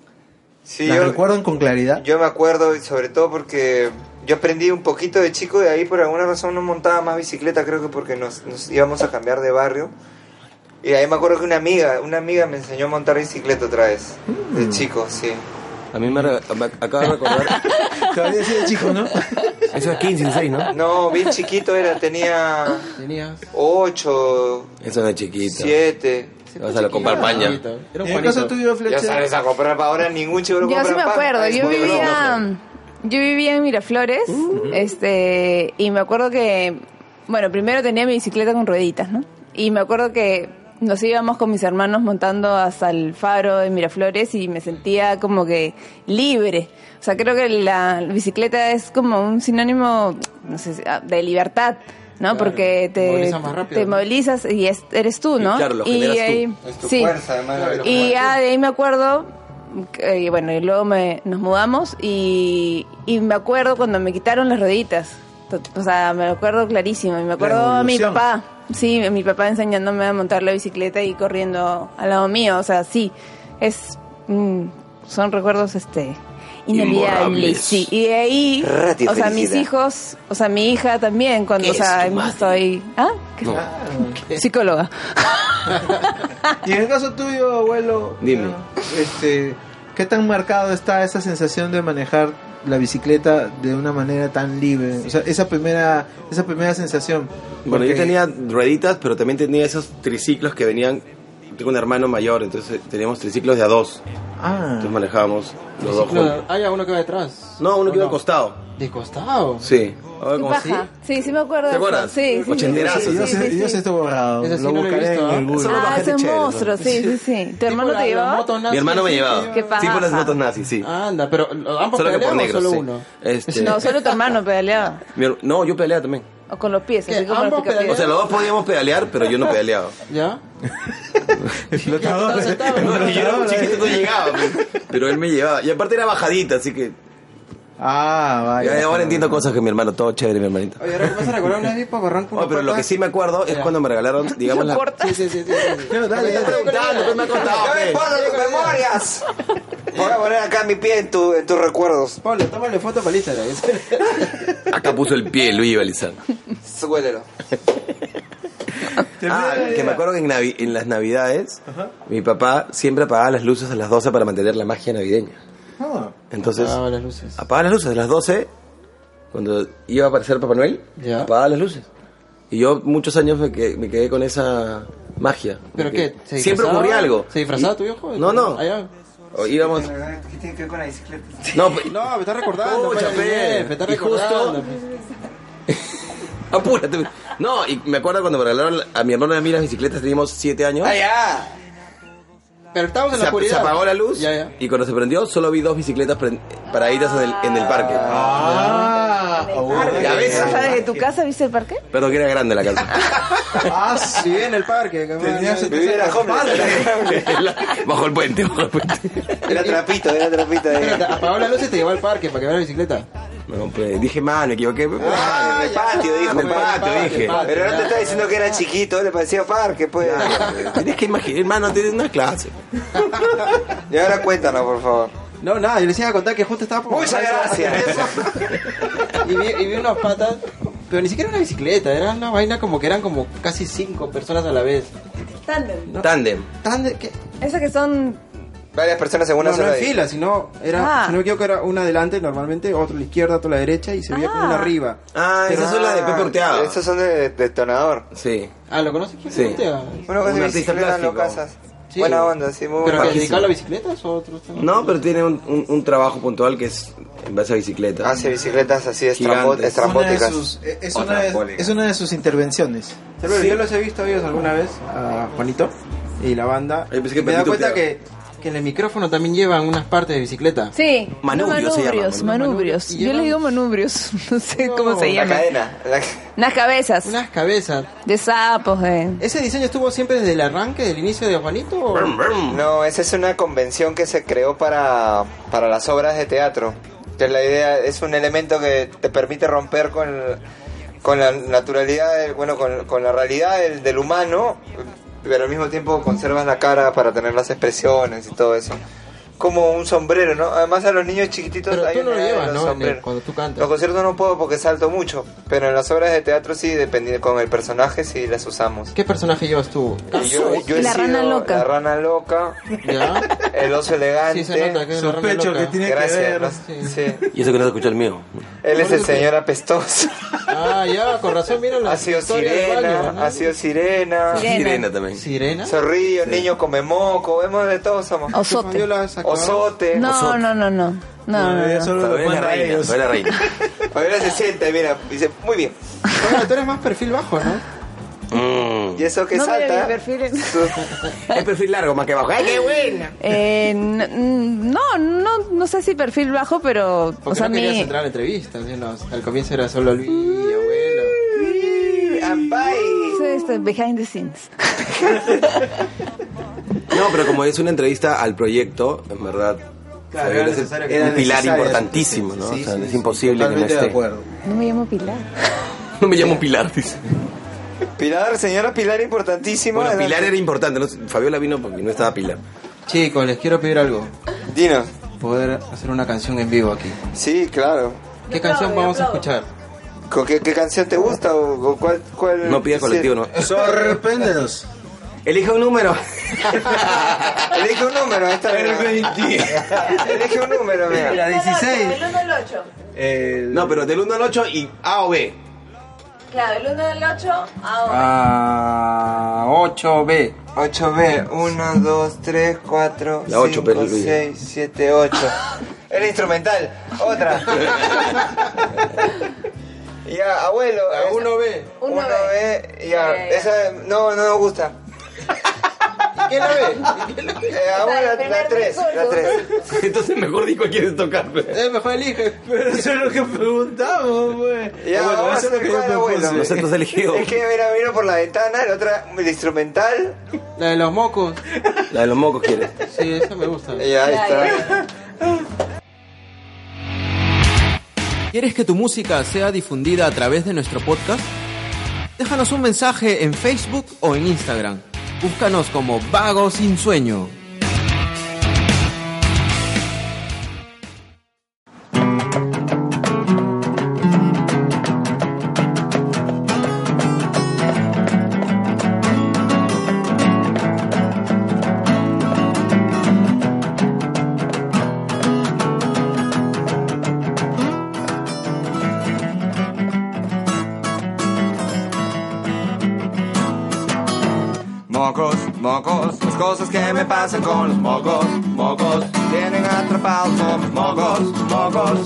Speaker 6: Sí,
Speaker 3: ¿La
Speaker 6: yo-
Speaker 3: recuerdan con claridad?
Speaker 6: Yo me acuerdo, y sobre todo porque yo aprendí un poquito de chico de ahí, por alguna razón no montaba más bicicleta, creo que porque nos, nos íbamos a cambiar de barrio. Y ahí me acuerdo que una amiga, una amiga me enseñó a montar bicicleta otra vez, de chico, sí.
Speaker 7: A mí me, re- me acabo de recordar,
Speaker 3: Todavía sí de chico, ¿no?
Speaker 7: eso es 15, 16, ¿no?
Speaker 6: No, bien chiquito era, tenía
Speaker 2: Tenías.
Speaker 6: 8,
Speaker 7: Eso no es chiquito.
Speaker 6: 7.
Speaker 7: Vas a la comprar paña.
Speaker 2: Era un
Speaker 3: en el caso
Speaker 2: Juanito.
Speaker 3: tuyo,
Speaker 6: Ya
Speaker 3: Flecha,
Speaker 6: sabes, a comprar para ahora ningún chico
Speaker 5: Yo sí me acuerdo, yo vivía, yo vivía en Miraflores, este, y me acuerdo que, bueno, primero tenía mi bicicleta con rueditas, ¿no? Y me acuerdo que nos íbamos con mis hermanos montando hasta el faro de Miraflores y me sentía como que libre. O sea, creo que la bicicleta es como un sinónimo, no sé, si- ah, de libertad, ¿no? Porque te,
Speaker 2: movilizas más rápido,
Speaker 5: te
Speaker 2: ¿no?
Speaker 5: movilizas y es- eres tú,
Speaker 7: Y
Speaker 5: ¿no?
Speaker 7: claro, lo generas tú.
Speaker 5: ahí-
Speaker 6: Es tu
Speaker 5: sí.
Speaker 6: fuerza, además.
Speaker 5: Y ya de ahí me acuerdo, que, eh, bueno, y luego me, nos mudamos y, y me acuerdo cuando me quitaron las rueditas. To- O sea, me acuerdo clarísimo. Y me acuerdo a mi
Speaker 3: evolución.
Speaker 5: papá, sí, mi papá enseñándome a montar la bicicleta y corriendo al lado mío. O sea, sí, es mm, son recuerdos este inolvidables.
Speaker 7: Imborrables.
Speaker 5: Sí. Y de ahí,
Speaker 6: Radio
Speaker 5: o sea, mis
Speaker 6: felicidad.
Speaker 5: hijos, o sea, mi hija también, cuando, o sea, estoy... ¿Ah? ¿Qué-
Speaker 7: No.
Speaker 5: Psicóloga.
Speaker 3: y en el caso tuyo, abuelo,
Speaker 7: Dime.
Speaker 3: ¿no? este, ¿qué tan marcado está esa sensación de manejar la bicicleta de una manera tan libre? O sea, esa primera, esa primera sensación.
Speaker 7: Bueno,
Speaker 3: Porque-
Speaker 7: yo tenía rueditas, pero también tenía esos triciclos que venían. Tengo un hermano mayor, entonces teníamos triciclos de a dos.
Speaker 3: Ah,
Speaker 7: Entonces manejábamos los dos
Speaker 2: Ciclo de-
Speaker 7: juntos.
Speaker 2: Ah, ya, uno que va detrás.
Speaker 7: No, uno
Speaker 2: ¿O
Speaker 7: que iba al costado.
Speaker 2: De costado.
Speaker 7: Sí. A ver,
Speaker 5: Qué
Speaker 7: ¿cómo así?
Speaker 5: paja. Sí, sí me acuerdo.
Speaker 7: ¿Te
Speaker 5: de eso.
Speaker 7: acuerdas?
Speaker 5: Sí, sí.
Speaker 7: Ochenterazo,
Speaker 3: sí, yo,
Speaker 7: sí,
Speaker 3: sé, yo sé esto borrado.
Speaker 2: Ese sí
Speaker 3: lo
Speaker 2: no lo he
Speaker 3: buscaré
Speaker 2: visto,
Speaker 3: en el
Speaker 2: ¿ah?
Speaker 3: Google.
Speaker 7: Solo
Speaker 5: Ah,
Speaker 7: bajé
Speaker 5: ese
Speaker 7: de chévere,
Speaker 5: monstruo, sí, sí, sí. ¿Tu hermano
Speaker 2: Tipo
Speaker 5: te
Speaker 2: la- la
Speaker 5: llevó?
Speaker 2: moto nazi,
Speaker 7: Mi hermano me
Speaker 2: sí,
Speaker 7: llevaba.
Speaker 5: Qué paja.
Speaker 7: Sí, por las motos nazis, sí.
Speaker 2: Anda, pero ¿lo- ambos
Speaker 7: Solo que
Speaker 2: pedaleaban
Speaker 7: por
Speaker 2: Ah, o
Speaker 7: negros,
Speaker 2: solo
Speaker 7: sí.
Speaker 2: uno.
Speaker 7: Este,
Speaker 5: No, solo tu hermano pedaleaba.
Speaker 7: mi her- no, yo pedaleaba también.
Speaker 5: O con los pies,
Speaker 2: ¿Qué?
Speaker 5: así como
Speaker 2: ¿Ambos
Speaker 5: los picapiedras.
Speaker 7: O sea, los dos podíamos pedalear, pero yo no pedaleaba.
Speaker 2: ¿Ya?
Speaker 3: Explotador.
Speaker 7: No, porque yo era muy chiquito, no llegaba. pues. Pero él me llevaba. Y aparte era bajadita, así que.
Speaker 3: Ah, vaya.
Speaker 7: ya- ahora entiendo cosas que mi hermano, todo chévere, mi hermanito.
Speaker 2: Oye, ahora que vas a recordar una vez para barranco.
Speaker 7: Oh, pero lo que sí me acuerdo es cuando me regalaron, digamos, la.
Speaker 2: Sí, sí, sí. sí, sí.
Speaker 3: Claro, dale, dale.
Speaker 7: Preguntando, pues, me ha contado,
Speaker 6: ¡No me
Speaker 7: pues.
Speaker 6: importan tus memorias! Voy a poner acá mi pie en, tu- en tus recuerdos.
Speaker 2: Pablo, tómale foto para el Instagram.
Speaker 7: Acá puso el pie Luis Balizano.
Speaker 6: Huélelo.
Speaker 7: Ah, que me acuerdo que en, navi- en las navidades mi papá siempre apagaba las luces a las 12 para mantener la magia navideña.
Speaker 3: Ah,
Speaker 7: Entonces,
Speaker 2: Ah, las luces.
Speaker 7: apagaba las luces a las 12 cuando iba a aparecer Papá Noel,
Speaker 2: Ya.
Speaker 7: apagaba las luces. Y yo muchos años me, que- me quedé con esa magia.
Speaker 2: ¿Pero
Speaker 7: Porque
Speaker 2: qué? ¿Se
Speaker 7: Siempre
Speaker 2: disfrazaba?
Speaker 7: ocurría algo.
Speaker 2: ¿Se disfrazaba tu viejo?
Speaker 7: No, no.
Speaker 2: Allá.
Speaker 7: O íbamos...
Speaker 6: ¿Qué tiene que ver con la bicicleta?
Speaker 7: No, pe-
Speaker 2: No, me está recordando.
Speaker 7: Pucha,
Speaker 2: pues,
Speaker 7: pe.
Speaker 2: Miguel, Me está
Speaker 7: Y justo-
Speaker 2: recordando. pues.
Speaker 7: apúrate. No, y me acuerdo cuando me regalaron a mi hermano y a mí las bicicletas, teníamos 7 años.
Speaker 6: ¡Allá!
Speaker 2: Pero estábamos en
Speaker 7: se,
Speaker 2: la oscuridad.
Speaker 7: se apagó la luz
Speaker 2: Ya, ya.
Speaker 7: y cuando se prendió solo vi dos bicicletas prend- paraditas en el, en el parque.
Speaker 3: ah,
Speaker 7: Y a veces-
Speaker 2: Ah.
Speaker 5: O sea, desde tu casa viste el parque.
Speaker 7: Pero que era grande la casa.
Speaker 3: ah, sí.
Speaker 2: Sí, en el parque. cabrón.
Speaker 3: Tenías-
Speaker 6: Vivía era homeless.
Speaker 7: bajo el puente, bajo el puente.
Speaker 6: Era trapito, era trapito.
Speaker 2: Espérate,
Speaker 6: Era
Speaker 2: Apagó la luz y te llevó al parque para que veas la bicicleta.
Speaker 7: Me compré. Dije mal, me equivoqué.
Speaker 1: Ah,
Speaker 7: Mal.
Speaker 6: el patio, dijo.
Speaker 7: Ah, En el patio, dije.
Speaker 6: Pero ahora te está diciendo que era chiquito, le parecía parque, pues.
Speaker 7: Tienes que imaginar, hermano, tienes una clase.
Speaker 6: Y ahora cuéntanos, por favor.
Speaker 1: No, nada, yo les iba a contar que justo estaba por
Speaker 6: Muchas gracias.
Speaker 1: y, vi, y vi unos patas, pero ni siquiera una bicicleta, era una vaina como que eran como casi cinco personas a la vez.
Speaker 5: Tandem.
Speaker 7: Tandem.
Speaker 1: Tan de que
Speaker 5: Eso que son.
Speaker 6: Varias personas en
Speaker 1: no,
Speaker 6: una
Speaker 1: no
Speaker 6: sola.
Speaker 1: en
Speaker 6: ahí.
Speaker 1: fila, sino era,
Speaker 5: Ah.
Speaker 1: si no me equivoco, era una adelante normalmente, otro a la izquierda, otro a la derecha y se veía como
Speaker 5: Ah.
Speaker 1: una arriba.
Speaker 7: Ah, esas son las de Pepe Urteado.
Speaker 6: Esos Ah, son de detonador.
Speaker 7: Sí.
Speaker 1: Ah, ¿lo conoces? ¿Quién
Speaker 7: Sí.
Speaker 2: este?
Speaker 7: Oh,
Speaker 1: Urteaga?
Speaker 6: Uno que
Speaker 7: Un
Speaker 6: hace
Speaker 7: artista
Speaker 6: bicicleta no
Speaker 7: plástico.
Speaker 6: casas.
Speaker 1: Sí.
Speaker 6: Buena onda, sí, muy
Speaker 1: ¿Pero que
Speaker 6: buena.
Speaker 7: Bajísimo.
Speaker 1: dedicaba a la bicicleta o otro?
Speaker 7: No, pero tiene un, un- un trabajo puntual que es en base a
Speaker 2: Ah,
Speaker 7: bicicleta.
Speaker 6: Hace bicicletas así estrambo-
Speaker 7: Gigantes.
Speaker 3: Una de
Speaker 6: estrambóticas.
Speaker 3: sus- eh, es,
Speaker 7: Otra
Speaker 3: una de,
Speaker 7: alcohólica.
Speaker 3: es una de sus intervenciones.
Speaker 1: Pero Yo los he visto a ellos alguna vez, a Juanito y la banda.
Speaker 7: Ay, pensé que
Speaker 1: Y me da
Speaker 7: Pepito
Speaker 1: cuenta
Speaker 7: Urteaga.
Speaker 1: que, que en el micrófono también llevan unas partes de bicicleta.
Speaker 5: Sí.
Speaker 7: Manubrio se
Speaker 5: manubrios,
Speaker 7: llama,
Speaker 5: manubrios.
Speaker 1: Y
Speaker 5: Yo
Speaker 1: llevan-
Speaker 5: le digo manubrios. No sé
Speaker 1: No,
Speaker 5: cómo se
Speaker 1: la
Speaker 6: La
Speaker 5: llama.
Speaker 6: cadena. la-
Speaker 5: Unas cabezas.
Speaker 1: Unas cabezas.
Speaker 5: De sapos, de.
Speaker 1: ¿Ese diseño estuvo siempre desde el arranque, del inicio de Juanito? o-
Speaker 6: No, esa es una convención que se creó para, para las obras de teatro. Que la idea es un elemento que te permite romper con, con la naturalidad, del- bueno, con, con la realidad del, del humano, pero al mismo tiempo conservas la cara para tener las expresiones y todo eso. Como un sombrero, ¿no? Además a los niños chiquititos
Speaker 1: Pero
Speaker 6: hay
Speaker 1: tú no
Speaker 6: una
Speaker 1: lo
Speaker 6: edad de
Speaker 1: llevas, ¿no?
Speaker 6: los
Speaker 1: En el-
Speaker 6: sombreros.
Speaker 1: cuando tú cantas.
Speaker 6: Los conciertos no puedo porque salto mucho, pero en las obras de teatro sí, dependiendo con el personaje sí las usamos.
Speaker 1: ¿Qué personaje llevas tú?
Speaker 6: Y Yo, yo he
Speaker 5: La rana
Speaker 6: sido
Speaker 5: loca.
Speaker 6: La rana loca.
Speaker 1: ¿Ya?
Speaker 6: El oso elegante.
Speaker 1: Sí, se nota que es una rana
Speaker 3: Sospecho
Speaker 1: loca.
Speaker 3: que tiene que
Speaker 6: Gracias.
Speaker 3: ver.
Speaker 6: ¿no?
Speaker 1: Sí.
Speaker 6: Sí.
Speaker 7: Y eso que no se escucha el mío.
Speaker 6: Él es el señor apestoso.
Speaker 1: Ah, ya, con razón, mira la
Speaker 6: Ha sido
Speaker 1: historia del baño, ¿no?
Speaker 6: sirena, ha sido sirena,
Speaker 5: Sirena.
Speaker 7: Sirena también.
Speaker 1: ¿Sirena?
Speaker 6: zorrillo, niño come moco, vemos de todo somos.
Speaker 5: Osote.
Speaker 1: Yo la sacaba.
Speaker 6: Osote.
Speaker 5: No, no, no, no. No, no, no.
Speaker 3: Solo lo
Speaker 7: Todavía es
Speaker 3: cuenta
Speaker 7: la reina,
Speaker 3: ellos.
Speaker 7: todavía es la reina.
Speaker 6: Ahora se sienta, y mira, dice, muy bien.
Speaker 1: Bueno, tú eres más perfil bajo, ¿no?
Speaker 6: Y eso que
Speaker 5: No mira
Speaker 6: salta.
Speaker 5: mi perfil en-
Speaker 6: su-
Speaker 7: Mm. Es perfil largo más que bajo. ¡Ay, qué buena!
Speaker 5: Eh, n- n- no, no, no sé si perfil bajo, pero.
Speaker 1: Porque
Speaker 5: O sea,
Speaker 1: no querías
Speaker 5: mi.
Speaker 1: entrar a entrevistas. ¿sí? No, al comienzo era solo Luis, abuelo.
Speaker 6: Ampay.
Speaker 5: Soy este, behind the scenes.
Speaker 7: No, pero como es una entrevista al proyecto, en verdad.
Speaker 3: Claro,
Speaker 7: o sea,
Speaker 3: era
Speaker 7: ese-
Speaker 3: necesario que-
Speaker 7: era
Speaker 3: era
Speaker 7: un pilar
Speaker 3: necesaria esa
Speaker 7: importantísimo, ¿no?
Speaker 3: presencia. Sí,
Speaker 7: o sea,
Speaker 3: sí,
Speaker 7: es
Speaker 3: sí.
Speaker 7: imposible que no
Speaker 3: Totalmente
Speaker 7: esté.
Speaker 3: de acuerdo.
Speaker 5: No me llamo Pilar.
Speaker 7: No me llamo Pilar, dice.
Speaker 6: Pilar, señora Pilar, importantísimo.
Speaker 7: Bueno,
Speaker 6: adelante.
Speaker 7: Pilar era importante. ¿no? Fabiola vino porque no estaba Pilar.
Speaker 1: Chicos, les quiero pedir algo.
Speaker 6: Dinos.
Speaker 1: Poder hacer una canción en vivo aquí.
Speaker 6: Sí, claro.
Speaker 1: ¿Qué canción vamos a escuchar?
Speaker 6: ¿Con qué, qué canción te gusta o, o cuál, cuál?
Speaker 7: No pida colectivo, ¿no?
Speaker 3: Sorpréndenos.
Speaker 7: Elige un número.
Speaker 6: Elige un número, ahí está. Elige un número, mira.
Speaker 1: La 16.
Speaker 5: El 1 al 8.
Speaker 7: No, pero del 1 al 8 y A o B.
Speaker 5: Claro, el 1 al 8 ahora.
Speaker 1: Ah, 8B.
Speaker 6: 8B, 1, 2, 3, 4,
Speaker 7: La ocho,
Speaker 6: 5,
Speaker 7: pero, Luis.
Speaker 6: 6, 7, 8. El instrumental, otra. ya, abuelo. esa-
Speaker 1: 1B.
Speaker 5: Uno
Speaker 6: 1B,
Speaker 5: Ya,
Speaker 6: ya.
Speaker 5: ya, ya.
Speaker 6: Esa no, no me gusta.
Speaker 1: ¿Qué la ve?
Speaker 6: Eh, abuela,
Speaker 5: el
Speaker 6: la
Speaker 5: primer
Speaker 6: 3, la
Speaker 5: disco,
Speaker 6: 3.
Speaker 7: Entonces mejor di cuál quieres tocar. pe.
Speaker 1: Eh, mejor elige.
Speaker 3: Pero eso es lo que preguntamos, güey.
Speaker 6: Ya,
Speaker 3: Bueno, eso
Speaker 6: vamos a
Speaker 3: es lo
Speaker 6: ver
Speaker 3: que yo
Speaker 6: cuál, abuelo.
Speaker 3: propuse.
Speaker 7: Nosotros elegido
Speaker 6: Es que mira, vino por la ventana, la otra, el instrumental.
Speaker 1: La de los mocos.
Speaker 7: La de los mocos quieres.
Speaker 1: Sí, esa me gusta.
Speaker 6: Ya, ahí está.
Speaker 12: ¿Quieres que tu música sea difundida a través de nuestro podcast? Déjanos un mensaje en Facebook o en Instagram. Búscanos como Vago Sin Sueño.
Speaker 2: Mocos, mocos, las cosas que me pasan con los mocos, mocos, tienen atrapados con mis mocos, mocos,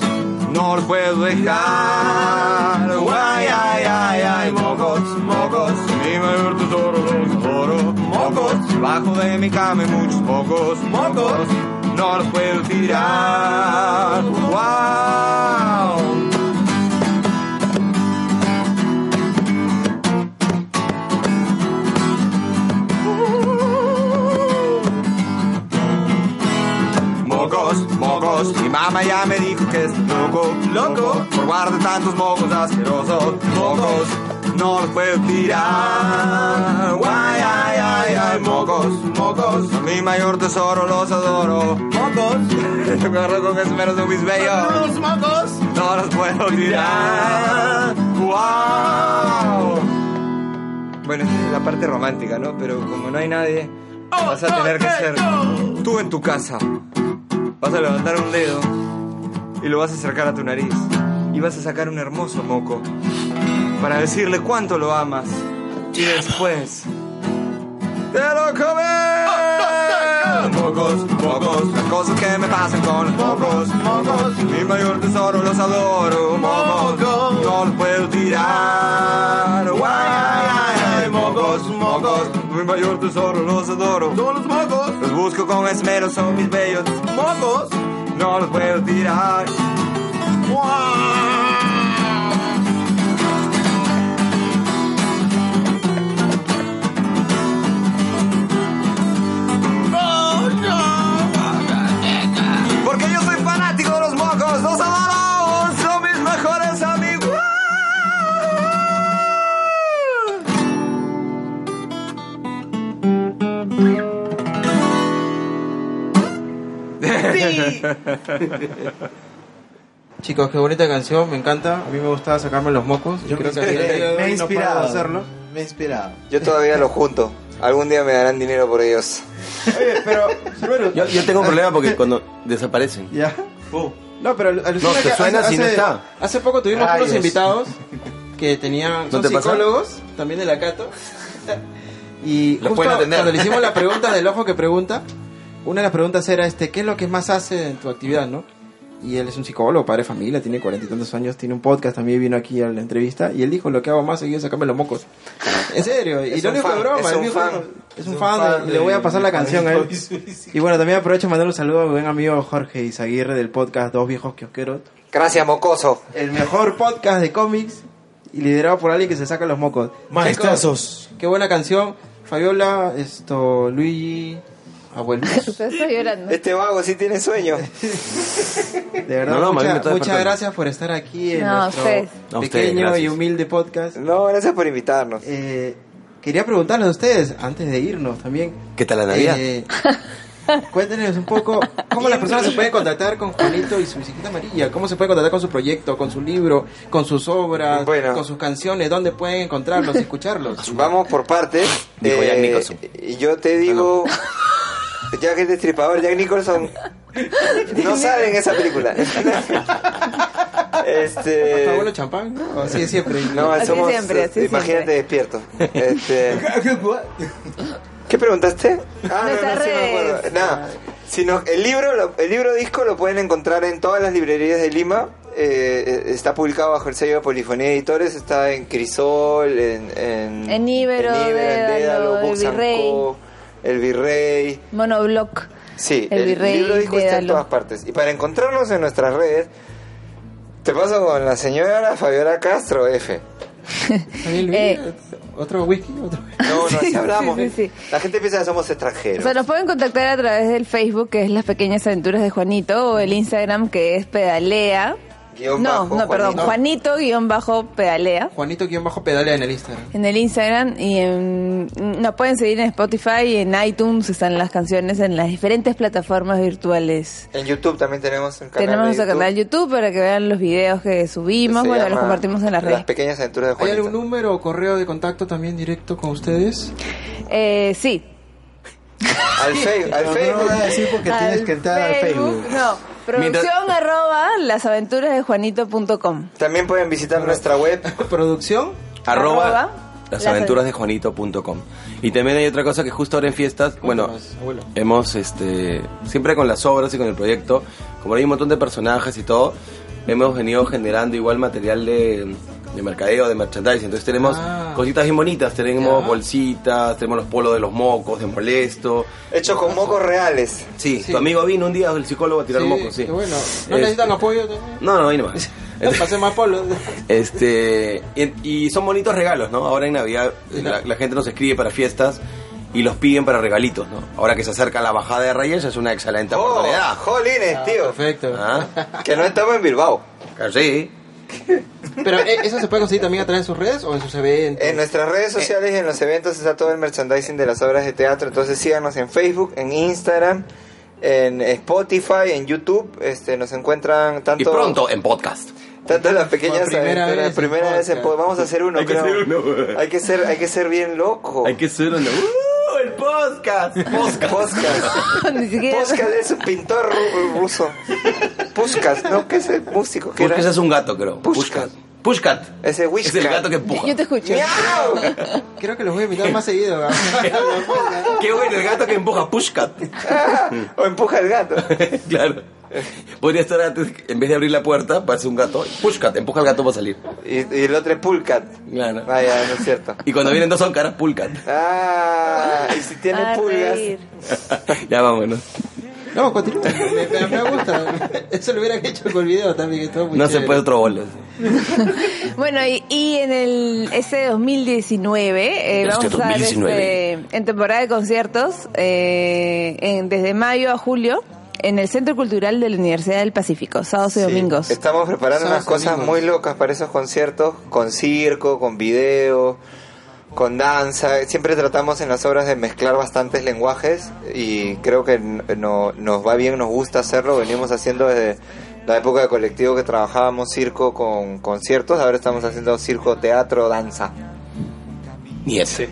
Speaker 2: no los puedo dejar. Ay, ay, ay, ay, mocos, mocos, mi mayor tesoro los adoro, mocos, bajo de mi cama hay muchos mocos, mocos, no los puedo tirar. Wow. Mocos, mocos, mi mamá ya me dijo que es loco, loco, por guardar tantos mocos asquerosos. Mocos,
Speaker 1: no puedo tirar. Guay, ay, ay, ay, mocos, mocos. Mi mayor tesoro los adoro. Mocos, me agarro con esmero de mis bellos. Los mocos, no los puedo tirar. Wow.
Speaker 6: Bueno, esta es la parte romántica, ¿no? Pero como no hay nadie, vas a tener que ser tú en tu casa. Vas a levantar un dedo y lo vas a acercar a tu nariz. Y vas a sacar un hermoso moco para decirle cuánto lo amas. Y después... ¡Te lo comes!
Speaker 1: Mocos, mocos,
Speaker 6: Las cosas que me pasan con los mocos.
Speaker 1: mocos, mocos.
Speaker 6: Mi mayor tesoro los adoro. Mocos, no los puedo tirar. Guay, ay, ay, ay, mocos, mocos. Mi mayor tesoro los adoro.
Speaker 1: Son los mocos,
Speaker 6: Los busco con esmero, son mis bellos.
Speaker 1: mocos.
Speaker 6: No los puedo tirar. Porque yo soy fanático de los mocos. Los adoro. Son mis mejores amigos.
Speaker 2: Chicos, qué bonita canción, me encanta. A mí me gustaba sacarme los mocos. Yo creo que hasta el día de hoy no
Speaker 3: me he
Speaker 2: paro de
Speaker 3: inspirado.
Speaker 2: hacerlo.
Speaker 3: Me he inspirado.
Speaker 6: Yo todavía los junto. Algún día me darán dinero por ellos.
Speaker 7: Yo, yo tengo un problema porque cuando desaparecen.
Speaker 3: ¿Ya?
Speaker 2: No, pero alucina
Speaker 7: No, te
Speaker 2: que
Speaker 7: suena
Speaker 2: hace,
Speaker 7: si no
Speaker 2: hace-
Speaker 7: está.
Speaker 2: Hace poco tuvimos
Speaker 3: Rayos.
Speaker 2: unos invitados que tenían son
Speaker 7: te pasa?
Speaker 2: psicólogos, también de la Cato. y
Speaker 7: Los
Speaker 2: justo
Speaker 7: pueden atender.
Speaker 2: cuando le hicimos la pregunta del ojo que pregunta, una de las preguntas era este, ¿qué es lo que más hace en tu actividad, no? Y él es un psicólogo, padre de familia, tiene cuarenta y tantos años, tiene un podcast, también vino aquí a la entrevista y él dijo, lo que hago más seguido es sacarme los mocos. En serio, y
Speaker 6: Es
Speaker 2: no
Speaker 6: un
Speaker 2: le fue
Speaker 6: fan,
Speaker 2: broma,
Speaker 6: es
Speaker 2: él
Speaker 6: un
Speaker 2: dijo,
Speaker 6: fan.
Speaker 2: es un fan, de- le voy a pasar la canción a él. Y bueno, también aprovecho para mandar un saludo a mi buen amigo Jorge Izaguirre del podcast Dos Viejos Kiosqueros.
Speaker 6: Gracias, mocoso.
Speaker 2: El mejor podcast de cómics y liderado por alguien que se saca los mocos.
Speaker 3: Maestrazos.
Speaker 2: Chicos, Qué buena canción. Fabiola, esto, Luigi, abuelo.
Speaker 5: Ustedes están llorando.
Speaker 6: Este vago sí tiene sueño.
Speaker 2: De verdad,
Speaker 7: No,
Speaker 2: mucha-
Speaker 7: no, Marín, me está
Speaker 2: muchas
Speaker 7: despertando.
Speaker 2: gracias por estar aquí en
Speaker 5: No,
Speaker 2: nuestro
Speaker 5: ustedes.
Speaker 7: No, ustedes,
Speaker 2: pequeño y
Speaker 7: gracias.
Speaker 2: humilde podcast.
Speaker 6: No, gracias por invitarnos.
Speaker 2: Eh, quería preguntarles a ustedes, antes de irnos también,
Speaker 7: ¿Qué tal la Navidad?
Speaker 2: Eh, cuéntenos un poco cómo las personas se pueden contactar con Juanito y su bicicleta amarilla, cómo se puede contactar con su proyecto, con su libro, con sus obras,
Speaker 6: Bueno.
Speaker 2: con sus canciones, dónde pueden encontrarlos, escucharlos.
Speaker 6: Vamos por partes. Eh,
Speaker 7: Dijo Jack Nicholson.
Speaker 6: y Yo te digo, Jack el Destripador, Jack Nicholson, no salen esa película.
Speaker 2: Por favor,
Speaker 6: este,
Speaker 2: los champán, ¿no?
Speaker 1: Oh,
Speaker 2: Así es siempre.
Speaker 6: no,
Speaker 5: Así
Speaker 6: somos,
Speaker 5: siempre, así
Speaker 6: imagínate
Speaker 5: siempre.
Speaker 6: despierto. Este, ¿Qué preguntaste? Ah,
Speaker 5: Nuestras
Speaker 6: sí me
Speaker 5: redes.
Speaker 6: acuerdo. Nada, sino el libro, lo- el libro disco lo pueden encontrar en todas las librerías de Lima. Eh, eh, está publicado bajo el sello de Polifonía Editores, está en Crisol, en, en,
Speaker 5: En Ibero, Dédalo, El
Speaker 6: Books and
Speaker 5: Virrey.
Speaker 6: Co, El Virrey.
Speaker 5: Monoblock.
Speaker 6: Sí,
Speaker 5: El
Speaker 6: el,
Speaker 5: Virrey,
Speaker 6: libro disco
Speaker 1: este
Speaker 6: está en
Speaker 5: Dédalo.
Speaker 6: todas partes. Y para encontrarnos en nuestras redes, te paso con la señora Fabiola Castro F.
Speaker 2: También, Luis,
Speaker 5: Eh.
Speaker 2: otro whisky, otro.
Speaker 6: No, no,
Speaker 5: Sí,
Speaker 6: así
Speaker 5: sí,
Speaker 6: hablamos. eh.
Speaker 5: sí, sí.
Speaker 6: La gente piensa que somos extranjeros.
Speaker 5: O sea, nos pueden contactar a través del Facebook, que es Las Pequeñas Aventuras de Juanito, o el Instagram, que es Pedalea.
Speaker 6: Guión
Speaker 5: no,
Speaker 6: bajo,
Speaker 5: no, perdón,
Speaker 6: Juanito.
Speaker 5: Juanito guión bajo Pedalea.
Speaker 2: Juanito guión bajo pedalea en el Instagram.
Speaker 5: En el Instagram y en, nos pueden seguir en Spotify y en iTunes están las canciones en las diferentes plataformas virtuales.
Speaker 6: En YouTube también tenemos un canal.
Speaker 5: Tenemos
Speaker 6: de
Speaker 5: nuestro
Speaker 6: YouTube
Speaker 5: canal de YouTube para que vean los videos que
Speaker 6: que
Speaker 5: subimos,
Speaker 6: se
Speaker 5: bueno, los
Speaker 6: llama
Speaker 5: compartimos en las
Speaker 6: Las
Speaker 5: redes.
Speaker 6: pequeñas aventuras de
Speaker 2: ¿Hay
Speaker 6: Juanito.
Speaker 2: algún número o correo de contacto también directo con ustedes?
Speaker 5: Eh, sí,
Speaker 6: Al, fe-
Speaker 3: Pero no
Speaker 6: al
Speaker 3: lo
Speaker 6: Facebook.
Speaker 3: voy a decir porque tienes que entrar al Facebook.
Speaker 5: No, producción arroba lasaventurasdejuanito.com.
Speaker 6: También pueden visitar nuestra web.
Speaker 2: ¿Producción?
Speaker 7: Arroba,
Speaker 5: Arroba
Speaker 7: las aventuras de Juanito.com. Y también hay otra cosa que justo ahora en fiestas, bueno,
Speaker 2: Cuéntanos, abuelo.
Speaker 7: hemos, este, siempre con las obras y con el proyecto, como hay un montón de personajes y todo, hemos venido generando igual material de, de mercadeo, de merchandising. Entonces tenemos
Speaker 2: Ah.
Speaker 7: cositas bien bonitas, tenemos
Speaker 2: Ya.
Speaker 7: bolsitas, tenemos los polos de los mocos, de molesto.
Speaker 6: Hecho con mocos reales.
Speaker 7: Sí,
Speaker 2: Sí.
Speaker 7: tu amigo vino un día el psicólogo a tirar mocos, sí.
Speaker 2: qué bueno. ¿No
Speaker 7: Este,
Speaker 2: necesitan apoyo también?
Speaker 7: No, no, ahí nomás.
Speaker 2: Pasé más polo.
Speaker 7: Este, y, y son bonitos regalos, ¿no? Ahora en Navidad la, la gente nos escribe para fiestas y los piden para regalitos, ¿no? Ahora que se acerca la bajada de Reyes es una excelente
Speaker 6: Oh,
Speaker 2: Ah,
Speaker 7: oportunidad.
Speaker 6: jolines, tío.
Speaker 2: Perfecto.
Speaker 7: ¿Ah?
Speaker 6: Que no estamos en Bilbao.
Speaker 7: Sí.
Speaker 1: Pero ¿eh, eso se puede conseguir también a través de sus redes o en sus eventos.
Speaker 6: En nuestras
Speaker 2: Eh.
Speaker 6: redes sociales y en los eventos está todo el merchandising de las obras de teatro. Entonces síganos en Facebook, en Instagram, en Spotify, en YouTube. Este, nos encuentran tanto.
Speaker 7: Y pronto en podcast.
Speaker 6: Tanto las pequeñas
Speaker 1: Por primera
Speaker 6: aventuras,
Speaker 1: vez en
Speaker 6: primera vez en
Speaker 1: podcast.
Speaker 6: podcast. Vamos a hacer uno,
Speaker 9: Hay que
Speaker 6: creo.
Speaker 9: hacer uno.
Speaker 6: Hay que ser, hay que ser bien
Speaker 7: Oh.
Speaker 6: loco.
Speaker 9: Hay que ser una- ¡Uh! ¡El podcast! Podcast.
Speaker 6: Podcast.
Speaker 5: Ni siquiera.
Speaker 6: Podcast es un pintor ru- ruso. Puskas, ¿no? Que es el músico que era.
Speaker 7: Pushkas es un gato, creo.
Speaker 6: Pushkas.
Speaker 7: Pushkat. Pushkat.
Speaker 6: Ese
Speaker 7: Es el
Speaker 6: Whiskas.
Speaker 7: gato que
Speaker 5: Yo,
Speaker 7: empuja.
Speaker 5: yo te escucho.
Speaker 6: ¡Miau!
Speaker 1: Creo que los voy a invitar más seguido. ¿verdad?
Speaker 7: Qué bueno, el gato que empuja. Pushkat.
Speaker 6: O empuja el gato.
Speaker 7: claro. Podría estar antes, en vez de abrir la puerta, parece un gato. Pushkat, empuja al gato para salir.
Speaker 6: Y, y el otro es Pulcat.
Speaker 7: Claro.
Speaker 6: Ah, ya, no es cierto.
Speaker 7: Y cuando vienen dos son caras pulcat.
Speaker 6: Ah, y si tiene
Speaker 5: A
Speaker 6: pulgas.
Speaker 5: reír.
Speaker 7: ya vámonos.
Speaker 1: No, continúa. Me, pero me gusta. Eso lo hubieran hecho con el video también. que estuvo muy
Speaker 7: No se
Speaker 1: chévere.
Speaker 7: puede otro bolo.
Speaker 5: Bueno, y, y en el ese 2019 eh,
Speaker 7: Este
Speaker 5: vamos a dar
Speaker 7: 2019.
Speaker 5: este, en temporada de conciertos eh, en- desde mayo a julio en el Centro Cultural de la Universidad del Pacífico, sábados y domingos.
Speaker 6: Estamos preparando unas
Speaker 1: Sábados,
Speaker 6: cosas
Speaker 1: domingos.
Speaker 6: muy locas para esos conciertos, con circo, con video, con danza. Siempre tratamos en las obras de mezclar bastantes lenguajes y creo que n- no- nos va bien, nos gusta hacerlo. Venimos haciendo desde la época de colectivo que trabajábamos circo con conciertos, ahora estamos haciendo circo, teatro, danza.
Speaker 7: Ni ese.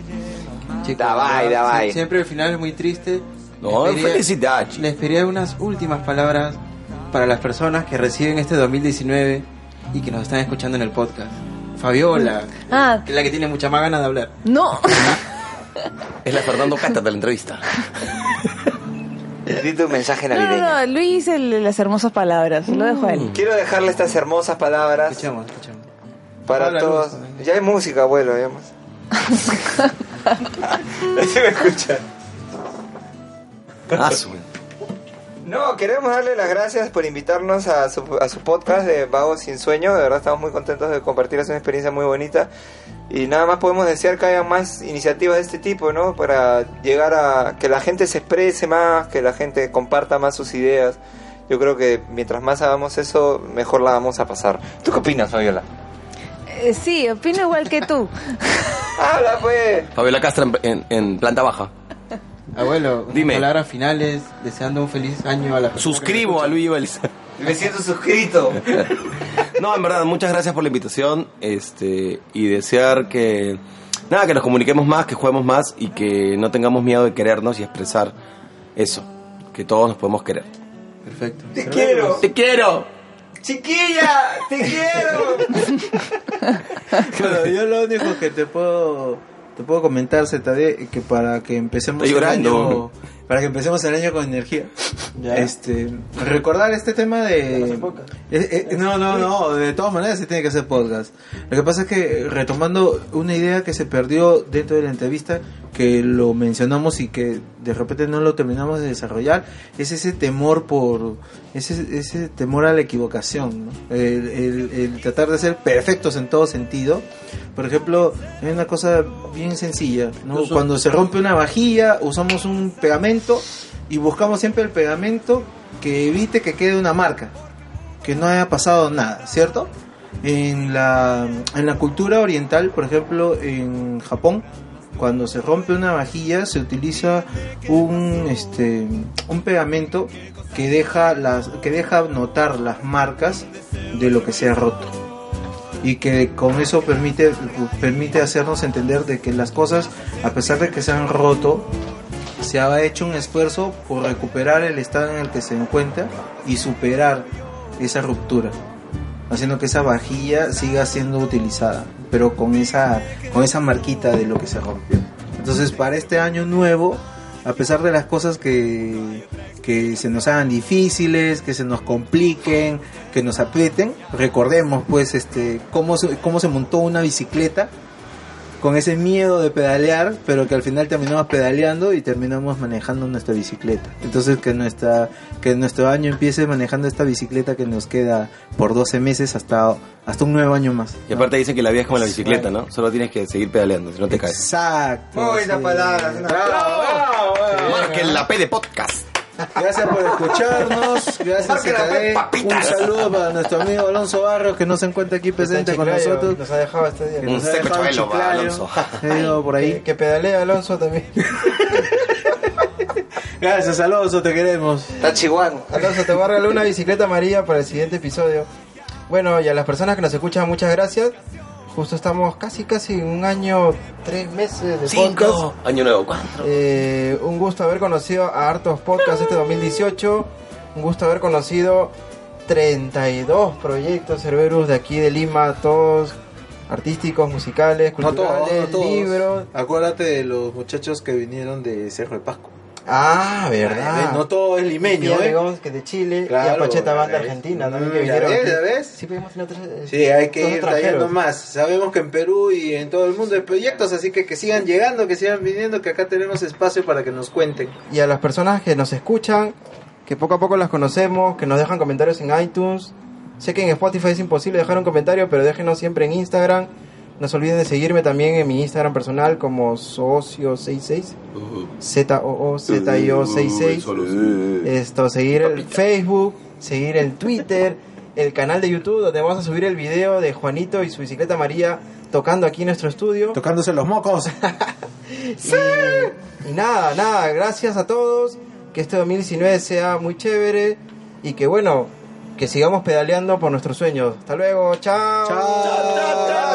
Speaker 1: Chicos,
Speaker 6: Davai,
Speaker 1: ¿verdad?
Speaker 6: davai.
Speaker 1: Sie- Siempre el final es muy triste.
Speaker 7: No,
Speaker 1: Les pediría-
Speaker 7: felicidades.
Speaker 1: Les pediría unas últimas palabras para las personas que reciben este 2019 y que nos están escuchando en el podcast. Fabiola,
Speaker 5: Ah.
Speaker 1: que es la que tiene mucha más ganas de hablar.
Speaker 5: No,
Speaker 7: Es la Fernando Cata de la entrevista.
Speaker 6: Di tu mensaje
Speaker 5: no, no,
Speaker 6: navideño.
Speaker 5: no, Luis, el- las hermosas palabras, lo dejo a él.
Speaker 6: Quiero dejarle estas hermosas palabras
Speaker 1: Escuchamos, escuchamos.
Speaker 6: para
Speaker 1: Habla,
Speaker 6: todos.
Speaker 1: Luz.
Speaker 6: Ya hay música, abuelo, ya hay música. Así me escuchan.
Speaker 7: Ah, su-
Speaker 6: No, queremos darle las gracias por invitarnos a su, a su podcast de Vagos sin Sueño. De verdad estamos muy contentos de compartir. Es una experiencia muy bonita. Y nada más podemos desear que haya más iniciativas de este tipo, ¿no? Para llegar a que la gente se exprese más, que la gente comparta más sus ideas. Yo creo que mientras más hagamos eso, mejor la vamos a pasar. ¿Tú qué opinas, Fabiola?
Speaker 5: Eh, sí, opino igual que tú.
Speaker 6: ¡Habla, pues!
Speaker 7: Fabiola Castro en, en- en planta baja.
Speaker 1: Abuelo, unas
Speaker 7: Dime.
Speaker 1: palabras finales, deseando un feliz año a la
Speaker 7: Suscribo a Luis Valls.
Speaker 6: Me siento suscrito.
Speaker 7: No, en verdad, muchas gracias por la invitación. Este, y desear que. Nada, que nos comuniquemos más, que juguemos más y que no tengamos miedo de querernos y expresar eso. Que todos nos podemos querer.
Speaker 1: Perfecto.
Speaker 6: ¡Te quiero!
Speaker 7: ¡Te quiero!
Speaker 6: ¡Chiquilla! ¡Te quiero!
Speaker 3: Bueno, yo lo único que te puedo te puedo comentar ZD que para que empecemos
Speaker 7: Estoy
Speaker 3: el
Speaker 7: llorando.
Speaker 3: año para que empecemos el año con energía. Este, recordar este tema de Eh, eh, no, no, no, de todas maneras se tiene que hacer podcast. Lo que pasa es que retomando una idea que se perdió dentro de la entrevista que lo mencionamos y que de repente no lo terminamos de desarrollar es ese temor por ese, ese temor a la equivocación, ¿no? el, el- el tratar de ser perfectos en todo sentido. Por ejemplo, hay una cosa bien sencilla, ¿no? cuando se rompe una vajilla usamos un pegamento y buscamos siempre el pegamento que evite que quede una marca, que no haya pasado nada, ¿cierto? En la, en la cultura oriental, por ejemplo, en Japón, cuando se rompe una vajilla se utiliza un este un pegamento que deja las que deja notar las marcas de lo que se ha roto y que con eso permite permite hacernos entender de que las cosas a pesar de que se han roto se ha hecho un esfuerzo por recuperar el estado en el que se encuentra y superar esa ruptura haciendo que esa vajilla siga siendo utilizada, pero con esa, con esa marquita de lo que se rompió. Entonces, para este año nuevo, a pesar de las cosas que, que se nos hagan difíciles, que se nos compliquen, que nos aprieten, recordemos pues este, cómo, se, cómo se montó una bicicleta con ese miedo de pedalear, pero que al final terminamos pedaleando y terminamos manejando nuestra bicicleta. Entonces que nuestra que nuestro año empiece manejando esta bicicleta que nos queda por 12 meses hasta hasta un nuevo año más.
Speaker 7: Y aparte dicen que la vida es como la bicicleta, ¿no? Solo tienes que seguir pedaleando, si no te caes.
Speaker 3: Exacto.
Speaker 6: Muy
Speaker 3: sí.
Speaker 6: buena palabra.
Speaker 7: Marquen la P de podcast.
Speaker 3: Gracias por escucharnos. Gracias, CKD. Un saludo para nuestro amigo Alonso Barrios, que no se encuentra aquí presente con
Speaker 2: Chiclayo,
Speaker 3: nosotros.
Speaker 2: Nos ha dejado este
Speaker 3: que
Speaker 2: día.
Speaker 3: nos ha dejado
Speaker 13: seco chuelo,
Speaker 3: Chiclayo.
Speaker 13: Alonso.
Speaker 3: Ha ido por ahí.
Speaker 2: Que, que pedalea Alonso también.
Speaker 3: Gracias, Alonso, te queremos.
Speaker 6: Tachihuán.
Speaker 2: Alonso, te voy a regalar una bicicleta amarilla para el siguiente episodio. Bueno, y a las personas que nos escuchan, muchas gracias. Justo estamos casi, casi un año, tres meses de podcast.
Speaker 13: Año nuevo, cuatro.
Speaker 2: Eh, un gusto haber conocido a hartos podcasts este 2018. Un gusto haber conocido 32 proyectos Cerberus de aquí de Lima, todos artísticos, musicales,
Speaker 3: No todos,
Speaker 2: culturales,
Speaker 3: no todos.
Speaker 2: libros.
Speaker 3: Acuérdate de los muchachos que vinieron de Cerro de Pasco.
Speaker 2: Ah, verdad.
Speaker 3: Eh, No todo es
Speaker 2: Pía
Speaker 3: limeño, ¿eh?
Speaker 2: Legons, que es de Chile, y
Speaker 3: Claro,
Speaker 2: Apacheta
Speaker 3: ya
Speaker 2: Banda
Speaker 3: ves.
Speaker 2: Argentina,
Speaker 3: Mm,
Speaker 2: también que
Speaker 3: ya
Speaker 2: vinieron.
Speaker 3: ves,
Speaker 2: aquí.
Speaker 3: ya ves.
Speaker 2: Sí, podemos tener tres-
Speaker 3: Sí, hay que
Speaker 2: dos
Speaker 3: ir
Speaker 2: extranjeros.
Speaker 3: trayendo más. Sabemos que en Perú y en todo el mundo hay proyectos, así que que sigan llegando, que sigan viniendo, que acá tenemos espacio para que nos cuenten.
Speaker 2: Y a las personas que nos escuchan, que poco a poco las conocemos, que nos dejan comentarios en iTunes. Sé que en Spotify es imposible dejar un comentario, pero déjenos siempre en Instagram. No se olviden de seguirme también en mi Instagram personal como socio66, z o o z i o Eh, 66 esto, seguir el Facebook, seguir el Twitter, el canal de YouTube donde vamos a subir el video de Juanito y su bicicleta María tocando aquí en nuestro estudio.
Speaker 3: Tocándose los mocos.
Speaker 2: Y, y nada, nada, gracias a todos, que este 2019 sea muy chévere y que bueno, que sigamos pedaleando por nuestros sueños. Hasta luego, chao.
Speaker 3: Chao.